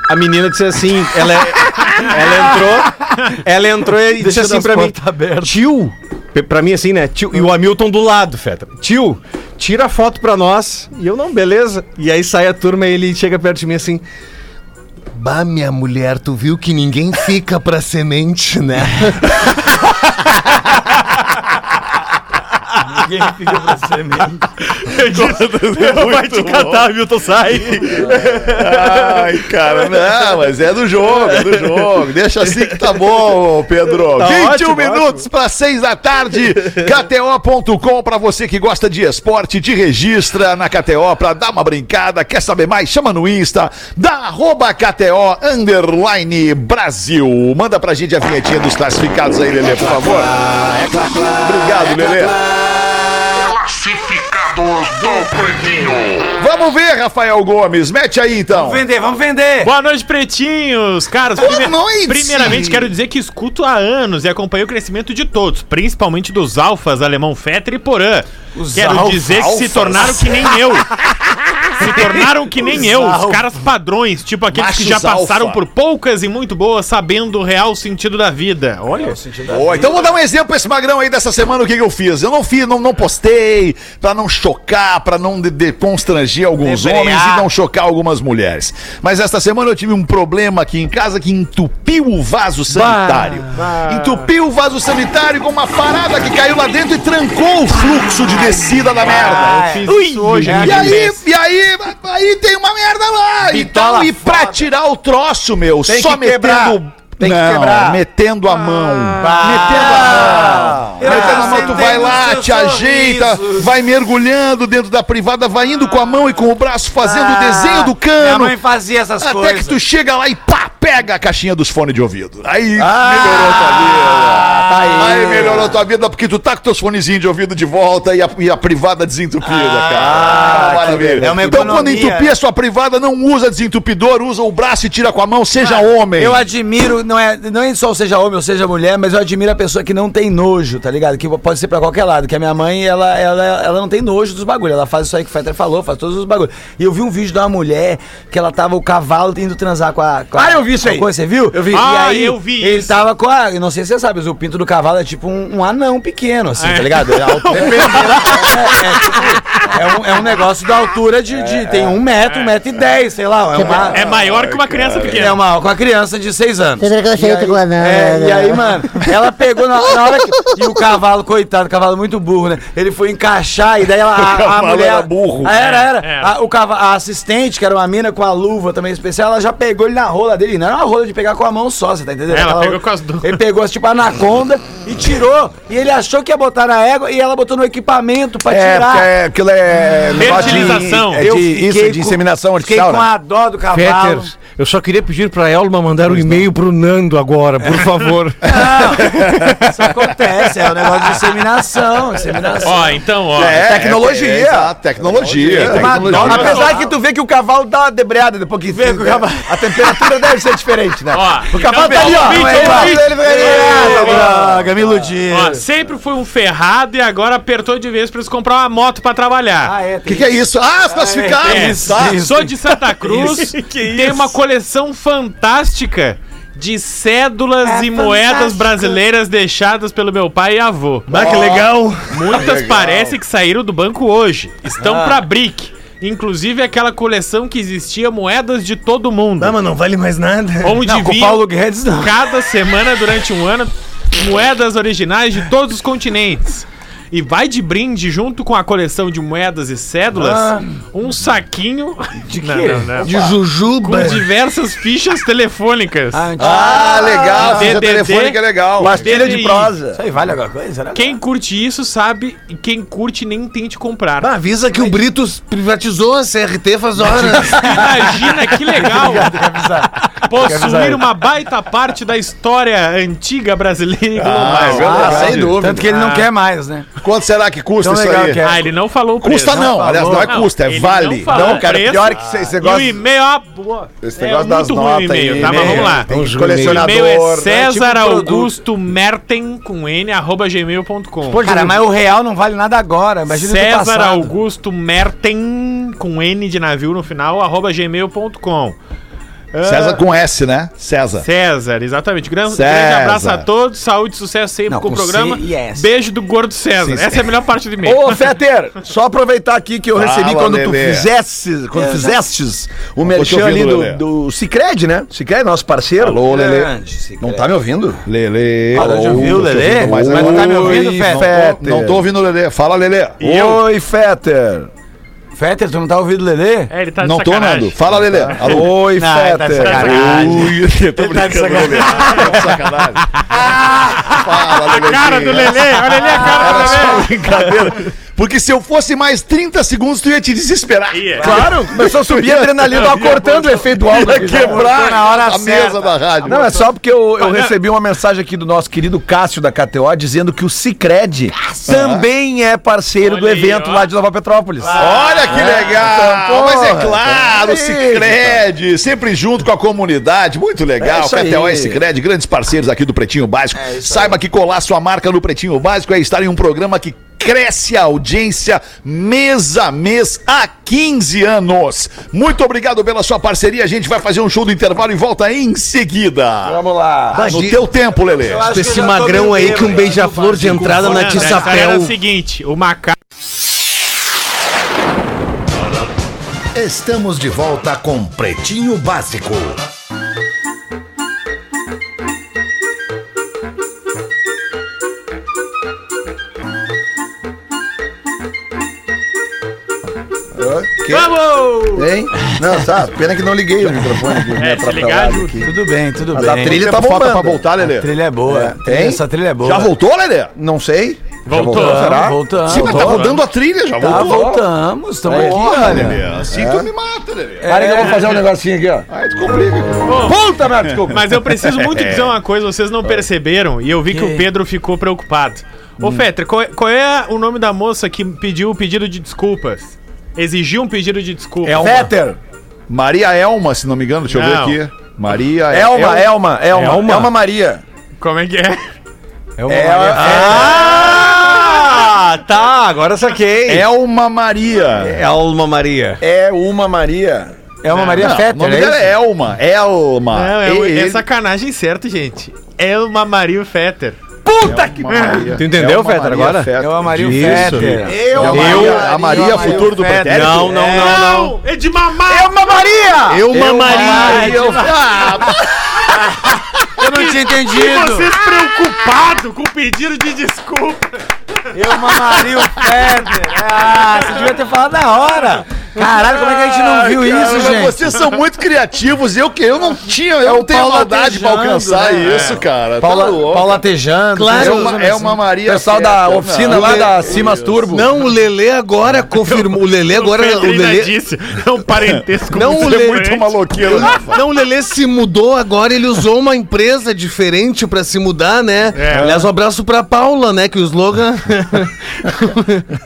C: A menina disse assim, ela, ela entrou, ela entrou e disse
F: Deixa
C: assim
F: as
C: pra mim,
F: portas abertas.
C: tio, pe- pra mim assim, né, tio, e o Hamilton do lado, Feta, tio, tira a foto pra nós, e eu não, beleza. E aí sai a turma e ele chega perto de mim assim,
I: Bah, minha mulher, tu viu que ninguém fica pra semente, né?
F: Ninguém fica pra você mesmo.
D: Vai te catar, Milton, sai. Ai, cara, não, mas é do jogo, é do jogo. Deixa assim que tá bom, Pedro. 21 minutos para 6 da tarde. KTO.com para você que gosta de esporte, te registra na KTO pra dar uma brincada. Quer saber mais? Chama no Insta, da arroba KTO underline Brasil. Manda pra gente a vinhetinha dos classificados aí, Lelê, por favor. Obrigado, Lelê. Vamos ver, Rafael Gomes. Mete aí então.
F: Vamos vender, vamos vender.
G: Boa noite, pretinhos! Caras,
D: Boa
G: prime-
D: noite!
G: primeiramente quero dizer que escuto há anos e acompanho o crescimento de todos, principalmente dos alfas alemão Fetter e Porã. quero
F: alfa-
G: dizer que se
D: alfas.
G: tornaram que nem eu. Se tornaram que nem eu, os caras padrões, tipo aqueles que já
D: Machos
G: passaram
D: alfa.
G: por poucas e muito boas, sabendo o real sentido da vida. Olha,
D: Ô, então vou dar um exemplo pra esse magrão aí dessa semana, o que, que eu fiz. Eu não fiz, não, não postei, pra não chocar, pra não de, de- constranger alguns homens e não chocar algumas mulheres. Mas esta semana eu tive um problema aqui em casa que entupiu o vaso sanitário. Entupiu o vaso sanitário com uma parada que caiu lá dentro e trancou o fluxo de descida da
G: eu
D: merda.
G: fiz
D: Ui,
G: isso hoje.
D: e
G: né,
D: aí,
G: Guilherme?
D: e aí, aí tem uma merda lá. Então,
F: Bitola
D: e pra tirar o troço, meu,
F: Tem
D: só
F: que quebrar.
D: metendo.
F: Tem que quebrar.
D: metendo a mão.
F: Ah.
D: metendo a mão. metendo a
F: Ah,
D: mão, tu vai
F: entendo
D: lá,
F: seu
D: te ajeita,
F: sorriso.
D: vai mergulhando dentro da privada, vai indo com a mão e com o braço, fazendo o desenho do
F: Ah, Minha
D: cano.
F: mãe fazia essas
D: Até
F: coisas.
D: que tu chega lá e pá, pega a caixinha dos fones de ouvido. Aí melhorou tua vida.
F: Ah, tá aí.
D: Aí melhorou tua vida porque tu tá com teus fonezinhos de ouvido de volta e a, e a privada desentupida, cara. Ah, maravilha.
F: é uma
D: então, quando
F: economia,
D: entupir a sua privada, não usa desentupidor, usa o braço e tira com a mão, seja homem.
F: Ah, Eu admiro, não é, não é só seja homem ou seja mulher, mas eu admiro a pessoa que não tem nojo, tá ligado? Que pode ser pra qualquer lado. Que a minha mãe, ela, ela, ela não tem nojo dos bagulhos. Ela faz isso aí que o Fetter falou, faz todos os bagulhos. E eu vi um vídeo de uma mulher que ela tava o cavalo indo transar com a. Com a,
E: Ah, eu vi vi isso aí.
F: Coisa, você viu? Eu vi. E
G: Ah,
F: aí,
G: eu vi
F: Ele
G: isso.
F: tava com a. eu Não sei se você sabe, mas o pinto do cavalo é tipo um, um anão pequeno, assim, tá ligado? É, alto- é, é, tipo, é um, é um negócio da altura de. de- tem um metro, um metro e dez, sei lá. É, uma,
G: É maior que uma criança pequena.
F: é uma, com a criança de seis anos.
J: Tem preconceito com a nada.
F: É, e aí, mano, ela pegou na, na hora que. E o cavalo, coitado, o cavalo muito burro, né? Ele foi encaixar e daí ela, a, a mulher. Era burro. Era, era.
G: É, Era.
F: A, o cava- a assistente, que era uma mina com a luva também especial, ela já pegou ele na rola dele. Não era uma rola de pegar com a mão só, você tá entendendo?
G: Ela
F: Aquela
G: pegou
F: rola-
G: com as duas.
F: Ele pegou tipo a anaconda e tirou. E ele achou que ia botar na égua e ela botou no equipamento pra
E: É,
F: tirar.
E: porque é, aquilo é. negócio de-
G: Fertilização.
E: é de- isso,
F: fiquei
E: de
F: com-
E: inseminação
F: Fiquei
E: artificial.
F: com
E: né?
F: a dó do cavalo.
C: Peters, eu só queria pedir pra Elma mandar um e-mail pro Nando agora, por favor.
F: Não, isso acontece, é o negócio de inseminação, inseminação.
G: Ó, então, ó.
E: É,
D: Tecnologia.
E: tecnologia.
D: tecnologia.
F: Uma
D: tecnologia.
F: dó-
E: Apesar que tu vê que o cavalo dá uma debreada depois que vê
F: o cavalo.
E: A temperatura deve ser diferente, né?
G: Ó,
E: o cavalo tá ali, ó.
G: então,
F: é,
E: Ele vai-
G: ouvinte,
E: ele vai-
G: ouvinte.
E: Ah,
F: tá Droga, me iludi.
G: Ó, sempre foi um ferrado e agora apertou de vez pra eles comprar uma moto pra trabalhar.
F: é,
D: O que, que é isso? Ah, os classificados!
G: É,
F: isso,
G: tá.
F: isso.
G: Sou de Santa Cruz e tem uma coleção fantástica de cédulas e moedas brasileiras deixadas pelo meu pai e avô.
C: Ah, que legal! Ah.
G: Muitas parecem que saíram do banco hoje. Estão pra BRIC. Inclusive aquela coleção que existia moedas de todo mundo.
C: mas não vale mais nada.
G: onde
F: Não, com o
G: vinha
F: Paulo Guedes não.
G: cada semana durante um ano moedas originais de todos os continentes. E vai de brinde junto com a coleção de moedas e cédulas
C: Ah.
G: um saquinho de não, não, não.
I: De Jujuba.
G: com diversas fichas telefônicas.
D: Ah, legal!
G: Ah,
D: Ficha
G: DDD.
D: telefônica é legal.
E: Pastilha de
G: DDI.
E: prosa.
F: Isso aí vale alguma coisa? Será?
G: Quem curte isso sabe e quem curte nem tente comprar.
I: Ah, avisa que o Britos privatizou a CRT faz horas.
G: Imagina que legal possuir uma baita parte da história antiga brasileira.
D: Ah, é
F: Ah,
D: verdade.
F: sem dúvida. Tanto que ele não
G: Ah.
F: quer mais, né?
D: Quanto será que custa
F: Tão
D: isso
F: legal
D: aí?
F: que é.
G: Ah, ele não falou o preço.
D: Custa não, aliás, não é
G: falou.
D: custa,
G: Ele
D: é vale.
G: não falou
D: Não, cara,
G: o preço.
D: pior que você- esse
G: E o
D: negócio.
G: e-mail, ah, boa.
D: Esse
G: É
D: negócio das
G: muito ruim o
D: notas aí. né?
G: e-mail, tá? Mas vamos lá.
D: Tem né? que
G: O
D: colecionar.
G: e-mail é
F: tipo
G: César
F: produto.
G: Augusto Merten com N, arroba gmail.com.
F: Cara, mas o real não vale nada agora. Imagina no
G: César
F: passado.
G: Augusto Merten com N de navio no final, arroba gmail.com.
D: César com S, né? César.
G: César, exatamente. Gran- Grande,
D: César.
G: abraço a todos, saúde, sucesso sempre
F: Não,
G: com o
F: com
G: programa.
F: C e S.
G: Beijo do gordo César.
D: Sim, sim.
G: Essa é a melhor parte do e-mail.
E: Ô, Feter, só aproveitar aqui que eu
D: Fala,
E: recebi quando tu
D: Lelê.
E: fizesse, quando fizestes o
D: te
E: merchan ali
D: ouvindo,
E: do,
D: Lelê.
E: do Cicred, né? Cicred, nosso parceiro.
D: Alô, Lelê.
F: Grande, se
E: Não
F: quer.
E: tá me ouvindo?
D: Lelê.
F: Parou de
D: Alô,
F: ouvir
D: tô
F: o
D: Ah, te
F: Lelê?
D: ouvindo mais
F: Mas não tá me ouvindo,
D: Oi,
F: Fé?
D: não tô-
E: Fetter.
D: Não tô ouvindo o Lelê. Fala, Lelê.
E: Oi, Fetter.
F: Fetter, tu não tá ouvindo o Lelê?
G: É, ele tá de
D: Não tô,
G: sacanagem. Tá.
D: Nando. Fala, Lelê. Alô.
E: Oi,
F: Não, ele tá de
E: Fetter.
F: sacanagem.
D: Ui, eu tô brincando, Lelê. Tá de sacanagem. Fala, Lelê.
G: Cara do Lelê, olha ali a cara do
D: Era
G: Lelê.
D: só uma brincadeira. Porque se eu fosse mais 30 segundos, tu ia te desesperar.
G: Ia.
E: Claro, começou a subir a adrenalina, tava cortando o efeito do álcool.
D: Ia quebrar
F: na hora
D: a
F: certa.
D: mesa da rádio.
E: Não, é só porque eu, eu recebi uma mensagem aqui do nosso querido Cássio da KTO dizendo que o Cicred também é parceiro do
G: Olha aí,
E: evento
G: ó.
E: lá de Nova Petrópolis.
D: Olha que legal!
E: então,
D: Mas é
E: porra.
D: claro,
E: É isso, então.
D: Cicred, sempre junto com a comunidade, muito legal.
E: É isso aí. É
D: KTO e Cicred, grandes parceiros aqui do Pretinho Básico. Saiba que colar sua marca no Pretinho Básico é estar em um programa que cresce a audiência mês a mês há 15 anos. Muito obrigado pela sua parceria. A gente vai fazer um show do intervalo e volta em seguida.
E: Vamos lá.
D: No teu tempo, Lelê.
F: acho que
I: Esse
F: eu já tô
I: magrão
F: meio
I: aí que um
F: bêbado.
I: beija-flor de entrada na
G: Nando, a história era o
I: Tissapel.
G: seguinte, o macaco...
B: Estamos de volta com Pretinho Básico.
G: Vamos!
E: Hein? Não, sabe? Pena que não liguei o microfone. aqui, né,
G: É,
E: pra
G: se ligar
E: falar
G: ajuda.
E: aqui.
F: Tudo bem, tudo
E: Mas
F: bem.
E: a trilha tá
D: Falta pra
E: bombando.
D: voltar,
F: A
D: Lelê.
F: trilha é boa.
E: É,
F: A
E: hein?
F: trilha- Essa trilha é boa.
D: Já voltou, Lelê?
E: Não sei. Já
G: Voltou.
E: Será?
F: Voltamos.
D: Sim, mas tá
F: voltamos.
D: rodando a trilha, já
F: Tá,
D: voltou.
F: voltamos. Estamos aqui,
D: Porra,
F: olha.
D: Lelê. É. Assim tu me mata, Lelê.
E: Para que eu vou fazer um negocinho aqui, ó.
D: Aí tu complica.
E: Puta merda, desculpa.
G: Mas eu preciso
I: É.
G: muito dizer uma coisa, vocês não perceberam, e eu vi que
F: Que?
G: o Pedro ficou preocupado.
I: Hum.
G: Ô, Fetter, qual, é- qual é o nome da moça que pediu o pedido de desculpas? Exigiu um pedido de
I: É
G: desculpas.
E: Fetter.
D: Maria Elma, se não me engano, deixa
G: Não.
D: eu ver aqui. Maria
E: Elma, Elma,
I: É
E: Elma, Elma.
C: Elma?
E: Maria.
G: Como é que é?
F: É uma
E: Elma,
F: maneira-
C: Ah, tá, agora saquei.
D: Elma Maria.
C: Elma Maria.
E: É uma Maria.
F: É uma Maria
D: O
F: Fetter,
D: nome
F: é
D: dela
F: isso?
D: é Elma. Elma.
I: Ah,
G: Não, é, o-
D: Ele-
G: é sacanagem certo, gente. É uma Mario Fetter.
C: Tu entendeu, Fetter, agora?
F: É uma Maria
C: Isso.
F: Fetter.
E: Eu,
D: a É Maria, a Maria futuro do
F: Fetter.
D: pretérito. É.
C: Não, não, não, não.
G: É de mamar!
F: Maria!
D: Eu
C: mamaria.
D: mamaria. Eu... Ah,
F: Eu não tinha
G: E
F: entendido.
G: você preocupado com o pedido de desculpa.
F: Eu mamaria o Fetter. Ah, você devia ter falado na hora. Caralho, como é que a gente não viu
D: cara,
F: isso,
D: mas
F: gente? É
D: Vocês são muito criativos. Eu que eu não tinha, eu não tenho
F: Paulo
D: maldade pra
F: latejando,
D: alcançar
F: né?
D: isso, cara. Tá
F: Paula, né?
D: louco.
F: Paula Tejando.
D: é
I: Claro.
D: uma, é uma Maria.
E: pessoal da
D: Fetter,
E: oficina
D: não.
E: lá da Cimas Turbo.
I: Não, o Lelê agora confirmou. O Lelê agora. O
G: Pedrina
I: Lelê,
G: disse. É um parentesco
I: Não,
G: muito
I: o Lele-
G: distante.
D: Muito maloqueiro, Rafa.
I: não, o Lelê se mudou agora, ele usou uma empresa diferente pra se mudar, né?
G: É.
I: Aliás, um abraço pra Paula, né? Que o slogan.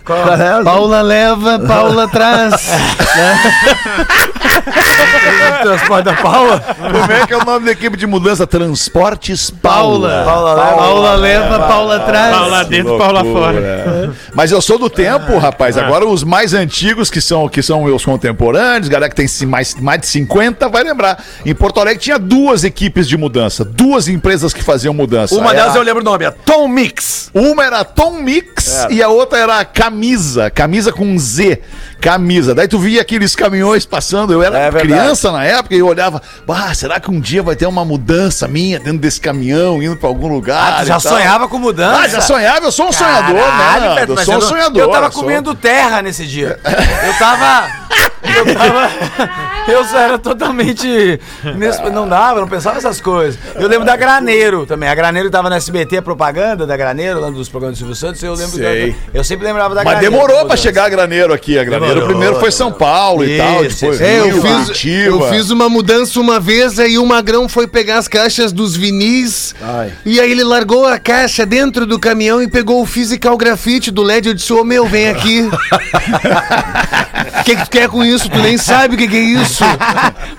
I: Paula leva, Paula traz.
F: Transporte da Paula.
D: Como é que é o nome da equipe de mudança? Transportes Paula.
F: Paula,
I: Paula,
F: Paula.
G: É,
I: leva, Paula traz.
G: Pau lá dentro, pau lá fora. Ah,
D: Mas eu sou do tempo, rapaz. Agora os mais antigos, que são, que são os contemporâneos, galera que tem ci- mais, mais de 50, vai lembrar. Em Porto Alegre tinha duas equipes de mudança, duas empresas que faziam mudança.
E: Uma
D: Era-
E: delas eu lembro o nome, é Tom Mix. É.
D: uma era Tom Mix e a outra era Camisa, Camisa com Z, Camisa. Daí tu via aqueles caminhões passando, eu era
E: É verdade.
D: criança na época e eu olhava, bah, será que um dia vai ter uma mudança minha dentro desse caminhão, indo pra algum lugar?
F: Ah, tu
D: e
F: já
D: tal?"
F: sonhava com mudança?
D: Ah, já sonhava, eu sou um sonhador, né?
F: Caralho,
D: Nando?
F: Pedro,
D: eu
F: mas
D: sou um sonhador.
F: Eu tava
D: sou-
F: comendo terra nesse dia. Eu tava. Eu tava. Eu só era totalmente. nesse- Não dava, eu não pensava essas coisas. Eu lembro da Graneiro também. A Graneiro tava no SBT, a propaganda da Graneiro, lá dos programas do Silvio Santos. Eu lembro
D: Sei.
F: da- Eu sempre lembrava da
D: Mas demorou pra chegar a Graneiro aqui. A Graneiro
F: Demorou,
D: primeiro foi São Paulo e
F: Isso,
D: tal, depois
F: isso.
I: É, eu
D: Rio,
I: fiz,
D: Curitiba.
I: eu fiz uma mudança uma vez, aí o Magrão foi pegar as caixas dos vinis. E aí ele largou a caixa dentro do caminhão e pegou o physical grafite do LED. Eu disse, ô meu, vem aqui. O que, que tu quer com isso? Tu nem sabe o que, que é isso.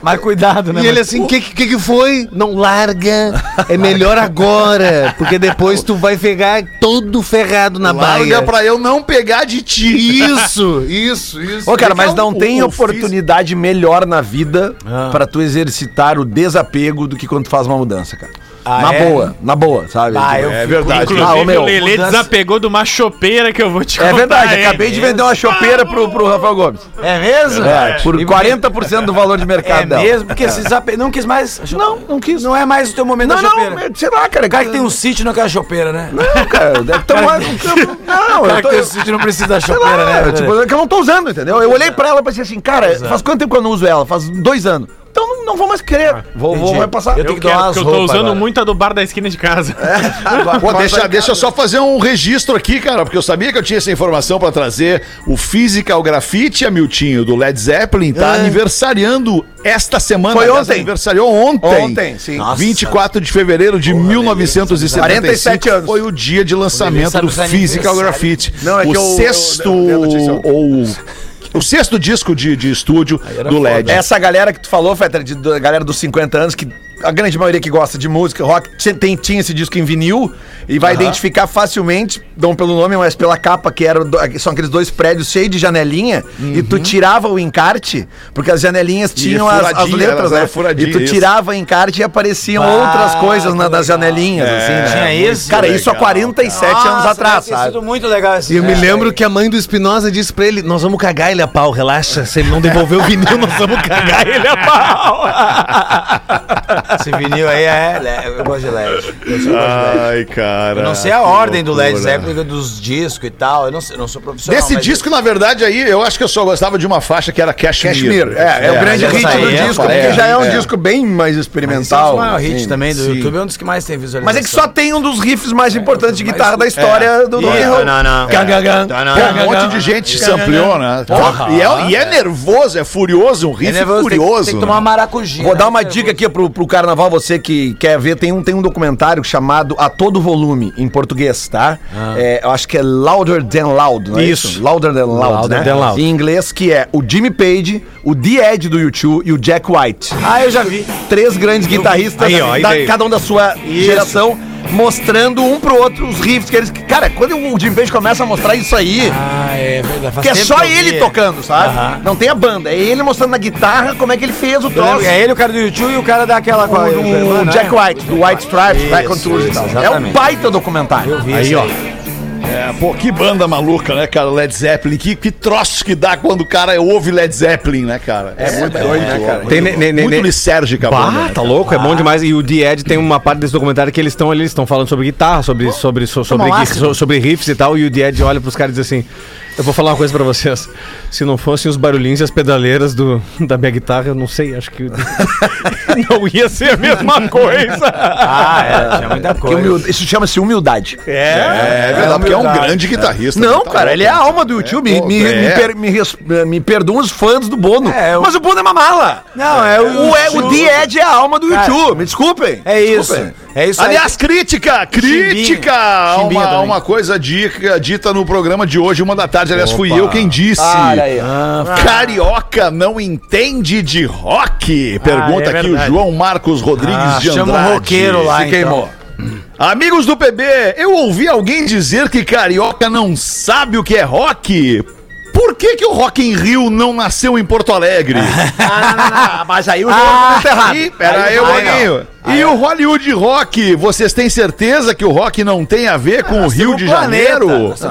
F: Mas cuidado, né?
I: E ele assim, o que, que que foi? Não larga, é melhor agora, porque depois tu vai pegar todo ferrado na
D: Larga
I: baia.
D: pra eu não pegar de ti.
I: Isso, isso, isso. é um
E: Ô, cara, mas
D: Legal,
E: não tem
D: o- o
E: oportunidade melhor na vida
F: Ah.
E: pra tu exercitar o desapego do que quando tu faz uma mudança, cara.
F: Ah,
E: na
F: é?
E: boa, na boa, sabe?
F: Ah, eu
D: É
F: fico-
D: verdade.
G: Inclusive,
E: Ah, ô, meu,
G: o Lelê
F: mudança-
G: desapegou de uma chopeira que eu vou te contar.
E: É verdade,
G: hein?
E: acabei de vender uma chopeira pro, pro Rafael Gomes.
F: É mesmo?
E: É, por
F: E-
E: 40% do valor de mercado
F: É
E: dela.
F: mesmo? Porque se desape... não quis mais. Não, não quis. Não é mais o teu momento
E: Não,
F: da
E: não,
F: chopeira.
E: sei lá, cara. é
F: O cara que tem um sítio não quer chopeira, né?
E: Não, cara, deve tomar. Não,
F: O
E: eu tô.
F: cara que tem um
E: Eu,
F: sítio não precisa da
E: sei lá,
F: chopeira, né?
E: eu, tipo, é que eu não tô usando, entendeu? Eu olhei pra ela e pensei assim, cara, faz quanto tempo que eu não uso ela? Faz dois anos. Então não, não vou mais querer. vou, vou,
F: Ah, entendi.
E: vai passar.
G: Eu
F: Eu tenho que
G: quero,
F: dar umas
G: porque é eu tô
F: roupas
G: usando
F: agora. É.
G: muito a do bar da esquina de casa.
D: Pô, deixa, deixa eu só fazer um registro aqui, cara, porque eu sabia que eu tinha essa informação pra trazer. O Physical Grafite, Amiltinho, do Led Zeppelin, tá aniversariando esta semana.
E: É. Foi
D: aliás,
E: ontem.
D: Aniversariou ontem.
E: Ontem, sim.
D: Nossa. 24 de fevereiro de 1975.
E: 47 anos.
D: Foi o dia de lançamento do
F: Aniversário dos
D: Physical Grafite.
E: Não, é
D: o
E: que eu- eu-
D: sexto
E: eu- eu notícia ontem.
D: ou... O sexto disco de, de estúdio do LED.
F: né?
E: Essa galera que tu falou, Fetter, de, da galera dos 50 anos, que a grande maioria que gosta de música, rock, tinha, tem- tinha esse disco em vinil e vai identificar facilmente, não pelo nome, mas pela capa, que era, do- são aqueles dois prédios cheios de janelinha, e tu tirava o encarte, porque as janelinhas tinham as, as
D: Uhum. furadinha, elas
E: letras,
D: eram
E: né?
D: furadinha,
E: E tu
D: isso.
E: tirava o encarte e apareciam outras coisas na,
D: tá
E: nas janelinhas,
D: É,
E: assim.
F: Tinha
E: né?
F: isso?
E: Cara, isso há
F: Ah,
E: 47 anos atrás,
F: Isso
E: sabe?
F: sido muito legal esse
I: E eu me
F: É.
I: lembro que a mãe do Espinosa disse pra ele: Nós vamos cagar ele a pau, relaxa. Se ele não devolver o vinil, nós vamos cagar ele a pau.
F: Esse vinil aí é. é, Eu gosto de LED. Eu sou-
D: Ai, cara.
E: É,
F: Eu não sei a ordem do LED
E: né?
F: Zeppelin, dos discos e tal. Eu não, sei, eu não sou profissional.
D: Desse
F: mas- é-
D: disco, na verdade, aí, eu acho que eu só gostava de uma faixa que era Cashmere.
E: Cashmere, é, é, o grande
F: mas
E: hit
F: essa
E: do
F: aí é
E: disco,
F: foda.
E: porque
D: É,
E: já é um
D: é.
E: disco bem mais
F: Esse é um
E: experimental.
F: dos maiores hits
E: assim.
F: também do YouTube, é um dos que mais tem visualização.
E: Mas é que só tem um dos riffs mais importantes de guitarra da história do rock and roll.
G: Não, não.
E: Gangagan.
D: Pô, um monte de gente se ampliou, né? E é, e é nervoso, é furioso, um
F: É
D: riff
F: nervoso, tem,
D: furioso.
F: tem que tomar uma maracujá.
E: né? Vou dar uma dica aqui pro, pro carnaval, você que quer ver, tem um, tem um documentário chamado A Todo Volume, em português, tá? É, eu acho que é Louder Than Loud, não é isso? Louder Than Loud,
C: Louder
E: né?
C: Than Loud.
E: Em inglês, que é o Jimmy Page, o The Edge do YouTube e o Jack White.
F: Ah, eu já vi.
E: Três grandes guitarristas,
C: Aí, ó, aí
E: da-
C: veio.
E: cada um da sua geração, mostrando um pro outro os riffs que eles. Cara, quando o Jim Page começa a mostrar isso aí,
F: Ah, é verdade. faz
E: que é
F: tempo
E: só
F: eu vi.
E: ele tocando, sabe? Não tem a banda, é ele mostrando na guitarra como é que ele fez o
F: Eu lembro
E: troço.
F: que É ele, o cara do YouTube e o cara daquela. com a- com a irmã,
E: O
F: né?
E: Jack White, do White Stripes,
F: Isso,
E: Black Contours e
F: isso,
E: tal. É um
F: exatamente.
E: baita documentário.
D: Aí, ó. É, pô, que banda maluca, né, cara? Led Zeppelin. Que, que troço que dá quando o cara ouve Led Zeppelin, né, cara? É, muito doido, né, cara?
C: Tem ne- ne- ne-
D: muito
C: ne-
D: lisérgica a banda.
C: Bah,
D: né,
C: tá
D: cara?
C: louco, é bom demais. E o The Ed tem uma parte desse documentário que eles estão ali, eles estão falando sobre guitarra, sobre, sobre, so- sobre, gui- so- sobre riffs e tal. E o The Ed olha pros caras e diz assim: Eu vou falar uma coisa pra vocês. Se não fossem os barulhinhos e as pedaleiras do, da minha guitarra, eu não sei, acho que. não ia ser a mesma coisa.
F: Ah, é, tinha muita
E: Que
F: coisa.
E: humildade- Isso chama-se humildade.
D: É, verdade, porque é um grande guitarrista.
E: Não,
D: né? Tá
E: cara,
D: louco,
E: ele é a
D: né?
E: alma do YouTube. me, me,
D: é.
E: me per- me res- me perdoam os fãs do Bono.
F: É, eu-
E: Mas o Bono é uma mala.
F: Não, é o.
E: O, é, o The Edge é a alma do YouTube. Me desculpem.
F: É isso. É isso aí.
D: Aliás, crítica, crítica! a
F: Chimbinha
D: uma,
F: também.
D: uma coisa dica- dita no programa de hoje, uma da tarde. Aliás, fui eu quem disse.
E: Ah.
D: Carioca não entende de rock? Pergunta
G: é
D: aqui o
G: verdade.
D: João Marcos Rodrigues de Andrade.
F: chama o roqueiro lá.
E: Se queimou.
D: Amigos do PB, eu ouvi alguém dizer que carioca não sabe o que é rock. Por que, que o Rock in Rio não nasceu em Porto Alegre?
E: Mas aí o
D: Ah,
E: tá errado.
D: e- Pera aí, Boninho. E o Hollywood Rock? Vocês têm certeza que o rock não tem a ver com o Rio de Janeiro?
E: O planeta,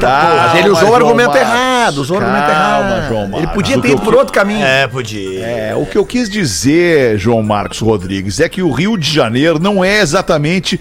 D: Calma,
E: pô. Mas ele usou o
D: João
E: argumento
D: Marcos.
E: errado. Usou o argumento
D: Calma,
E: errado.
D: João
E: ele
D: Marcos.
E: podia
D: O
E: ter
D: que
E: ido
D: eu
E: por outro caminho.
F: É, podia.
D: É, o que eu quis dizer, João Marcos Rodrigues, é que o Rio de Janeiro não é exatamente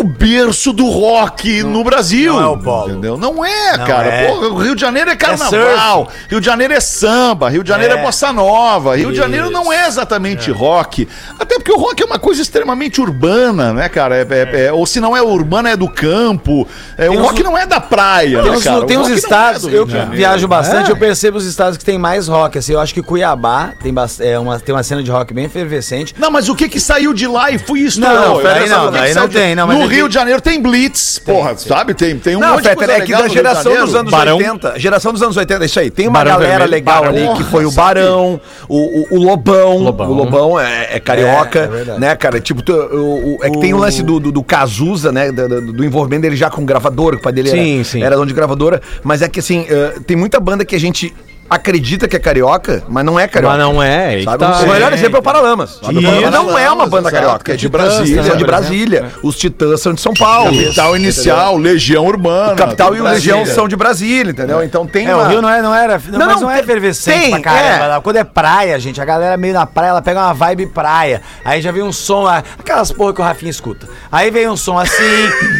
D: o berço do rock no Brasil.
F: não é o polo.
D: Entendeu? Não é, cara.
F: é.
D: Porra, o Rio de Janeiro é carnaval, Rio de Janeiro é samba, Rio de Janeiro é,
F: É.
D: bossa nova, Rio de Janeiro
F: Isso.
D: não é exatamente rock. Até porque o rock é uma coisa extremamente urbana, né, cara? É- é- é- ou se não é urbana, é do campo. É, o
F: uns-
D: rock não é da praia,
F: Tem
D: né,
F: uns,
D: cara? O
F: tem uns
D: rock não é
F: estados,
D: do Rio
F: eu É.
D: de
F: que
D: Janeiro. É?
F: viajo bastante, eu percebo os estados que tem mais rock. Assim, eu acho que Cuiabá tem, bas- é uma, tem uma cena de rock bem efervescente.
D: Não, mas o que que saiu de lá e foi isso?
F: Não, não,
D: eu quero saber
F: daí não,
D: o que que
F: daí
D: saiu
F: não
D: de-
F: tem, não, mas
D: No
F: é que-
D: Rio de Janeiro tem Blitz, porra, sabe? Tem, tem um
E: Não,
D: monte de
E: Fetter,
D: coisa
E: é que
D: legal
E: da
D: no Rio de
E: geração
D: Janeiro.
E: dos anos
D: Barão.
E: 80. Geração dos anos 80, isso aí. Tem uma
C: Barão
E: galera
C: Vermelho,
E: legal
C: Barão.
E: ali, que foi o Barão, o, o, o Lobão.
C: Lobão.
E: O Lobão é, é carioca,
F: É, é verdade.
E: né, cara? Tipo, tu- o, o- é que tem o lance do, do, do Cazuza, né? Do, do- do envolvimento dele já com gravador, que o pai dele
C: Sim,
E: era,
C: sim.
E: era dono de gravadora. Mas é que, assim, eh, tem muita banda que a gente acredita que é carioca, mas não é carioca.
C: Mas não é, aí que
E: Sabe?
C: tá.
E: o melhor
C: É.
E: exemplo é o Paralamas. O Paralamas não é uma banda
D: exato, que
E: carioca.
D: é de Brasília,
E: São de
D: por
E: Brasília. Os Titãs são de São Paulo.
D: Capital Inicial, Legião Urbana.
E: Capital
D: tudo
E: e o
D: Brasília.
E: Legião são de Brasília, entendeu? Então tem
F: É, o
E: uma-
F: Rio não, é, não era. Não,
E: Não,
F: mas
E: não,
F: não é
E: tem-
F: efervescente
E: tem,
F: pra caramba.
E: é.
F: não. Quando é praia, gente, a galera meio na praia, ela pega uma vibe praia. Aí já vem um som, ah, aquelas porra que o Rafinha escuta. Aí vem um som assim.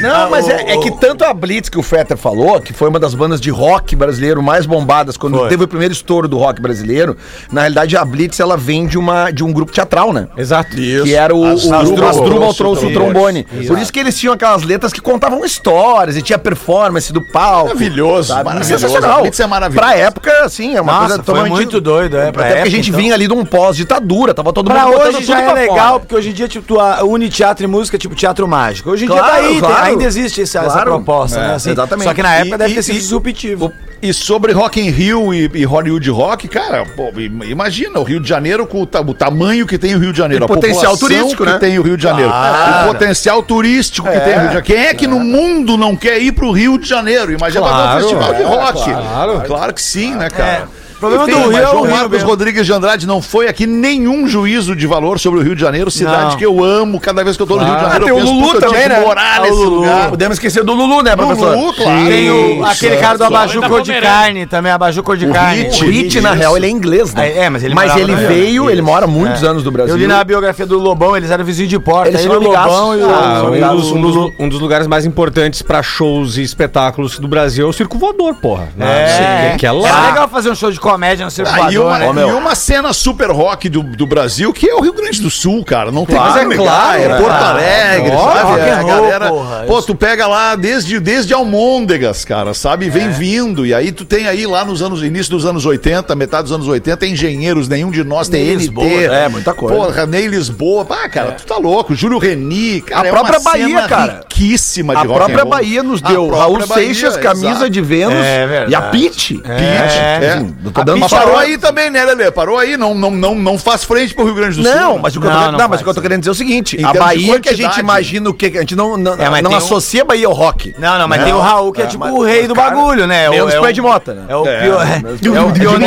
E: Não,
F: ah,
E: mas
F: o-
E: é, é que
F: o-
E: tanto a Blitz que o Fetter falou, que foi uma das bandas de rock brasileiro mais bombadas quando
F: Foi.
E: teve o primeiro estouro do rock brasileiro, na realidade a Blitz ela vem de, uma, de um grupo teatral, né?
C: Exato.
E: Que era o, o
F: Asdrubal
E: grupo Asdrubal
F: trouxe
E: trouxe
F: o
E: o trombone. Por isso que eles tinham aquelas letras que contavam histórias e tinha performance do palco.
D: Maravilhoso,
E: sabe?
D: maravilhoso. A
E: Sensacional.
D: Blitz é maravilhosa.
E: Pra época, assim, é uma
F: Nossa,
E: coisa
F: foi muito doido, é,
E: Até porque
F: pra
E: a
F: época,
E: gente
F: então.
E: vinha ali de um pós-ditadura, tava todo
F: Pra
E: mundo botando
F: hoje já
E: tudo
F: é
E: pra
F: legal,
E: fora.
F: porque hoje em dia tipo, tu ah, une teatro e música, tipo teatro mágico. Hoje em
E: Claro,
F: dia tá aí, tem-
E: claro.
F: ainda existe essa, essa
E: Claro.
F: proposta,
E: É,
F: né? assim.
E: exatamente.
F: Só que na
D: E-
F: época deve
D: e-
F: ter sido
D: e-
F: disruptivo.
D: E sobre Rock in Rio e, e Hollywood Rock, cara, pô, im- imagina o Rio de Janeiro com o, ta- o tamanho que tem o Rio de Janeiro,
E: E
D: a
E: potencial
D: população
E: turístico,
D: que
E: né?
D: tem o Rio de Janeiro, o potencial turístico que tem o Rio de Janeiro. Quem é que no mundo não quer ir pro Rio de Janeiro? Imagina pra
C: Claro,
D: fazer um festival de
C: é,
D: rock.
C: claro.
D: claro que sim, né, cara?
F: O problema
D: Enfim,
F: do Rio
D: mas
F: é o
D: João
F: Rio
D: Marcos
F: mesmo.
D: Rodrigues de Andrade não foi aqui nenhum juízo de valor sobre o Rio de Janeiro, cidade
C: Não.
D: que eu amo. Cada vez que eu tô no Rio de Janeiro, eu
E: tem o
D: penso
E: Lulu
D: "Puta, eu tinha
E: também,
D: que
E: né?
D: morar nesse lugar.
E: Podemos esquecer do Lulu, né, professor?
D: Lulu, claro.
F: Tem o,
D: Isso,
F: aquele cara
D: só.
F: do abajur
G: Da
F: cor de
G: Pomerânia.
F: carne também, abajur cor de carne.
E: O Hit, na real, ele é inglês, né?
F: É, é, mas ele
E: mas
F: morava
E: ele
F: no Rio.
E: veio, ele
F: Isso. É.
E: mora muitos anos do Brasil.
F: Eu li na biografia do Lobão, eles eram vizinhos de porta.
E: Eles
F: ele,
E: são
F: o Lobão
E: amigaços.
F: e o...
E: Ah,
C: Ah,
E: são
C: um,
E: ligados.
C: dos, um dos- um dos lugares mais importantes pra shows e espetáculos do Brasil é o Circo Voador, porra. né? Que- que é
F: Era
C: lá.
F: legal fazer um show de comédia no Circo
D: Ah, e,
F: Voador,
D: uma,
F: né?
D: e uma cena super rock do, do Brasil, que é o Rio Grande do Sul, cara. Não tem
E: Claro,
D: como
E: é
D: negar,
E: claro,
D: é
E: né?
D: Porto
E: Ah,
D: Alegre,
F: rock
D: sabe?
F: and
D: É, a
F: roll,
D: galera.
F: porra,
D: pô, tu pega lá desde, desde Almôndegas, cara, sabe?
E: É.
D: Vem vindo. E aí tu tem aí lá nos anos, início dos anos 80, metade dos anos 80, engenheiros, nenhum de nós tem
E: Nem
D: NT.
E: Lisboa, é, muita coisa. É.
D: Porra, nem Lisboa. Ah, cara, tu tá louco. Júlio Reni, cara. é
E: A própria Bahia, cara.
D: Riquíssima de
E: A
D: rock and
E: própria
D: roll.
E: Bahia nos
D: A
E: deu
D: própria
E: Raul
D: Bahia,
E: Seixas, camisa
D: exato.
E: de Vênus
F: É verdade.
E: e a Pete.
D: Pitch, é.
E: Assim, do Dr. Tá dando
D: Mas parou aí também, né, Lelê? Parou aí, não, não, não, não faz frente pro Rio Grande do Sul.
E: Não, mas o que, eu, tô,
F: Não,
E: querendo-
F: não
E: não, mas
F: faz.
E: o que eu tô querendo dizer é o seguinte:
D: Em
E: a
D: termos de
E: Bahia que a gente
D: quantidade.
E: imagina o que a gente não, não,
F: É, mas
E: não
F: tem um-
E: associa Bahia ao rock.
F: Não, não, mas tem o Raul que é tipo o rei do bagulho, né? É o-
E: Menos
F: é
E: é
F: o-
E: Fred Mota, né?
F: É o pior. É o
D: Edmota
F: pioneirão.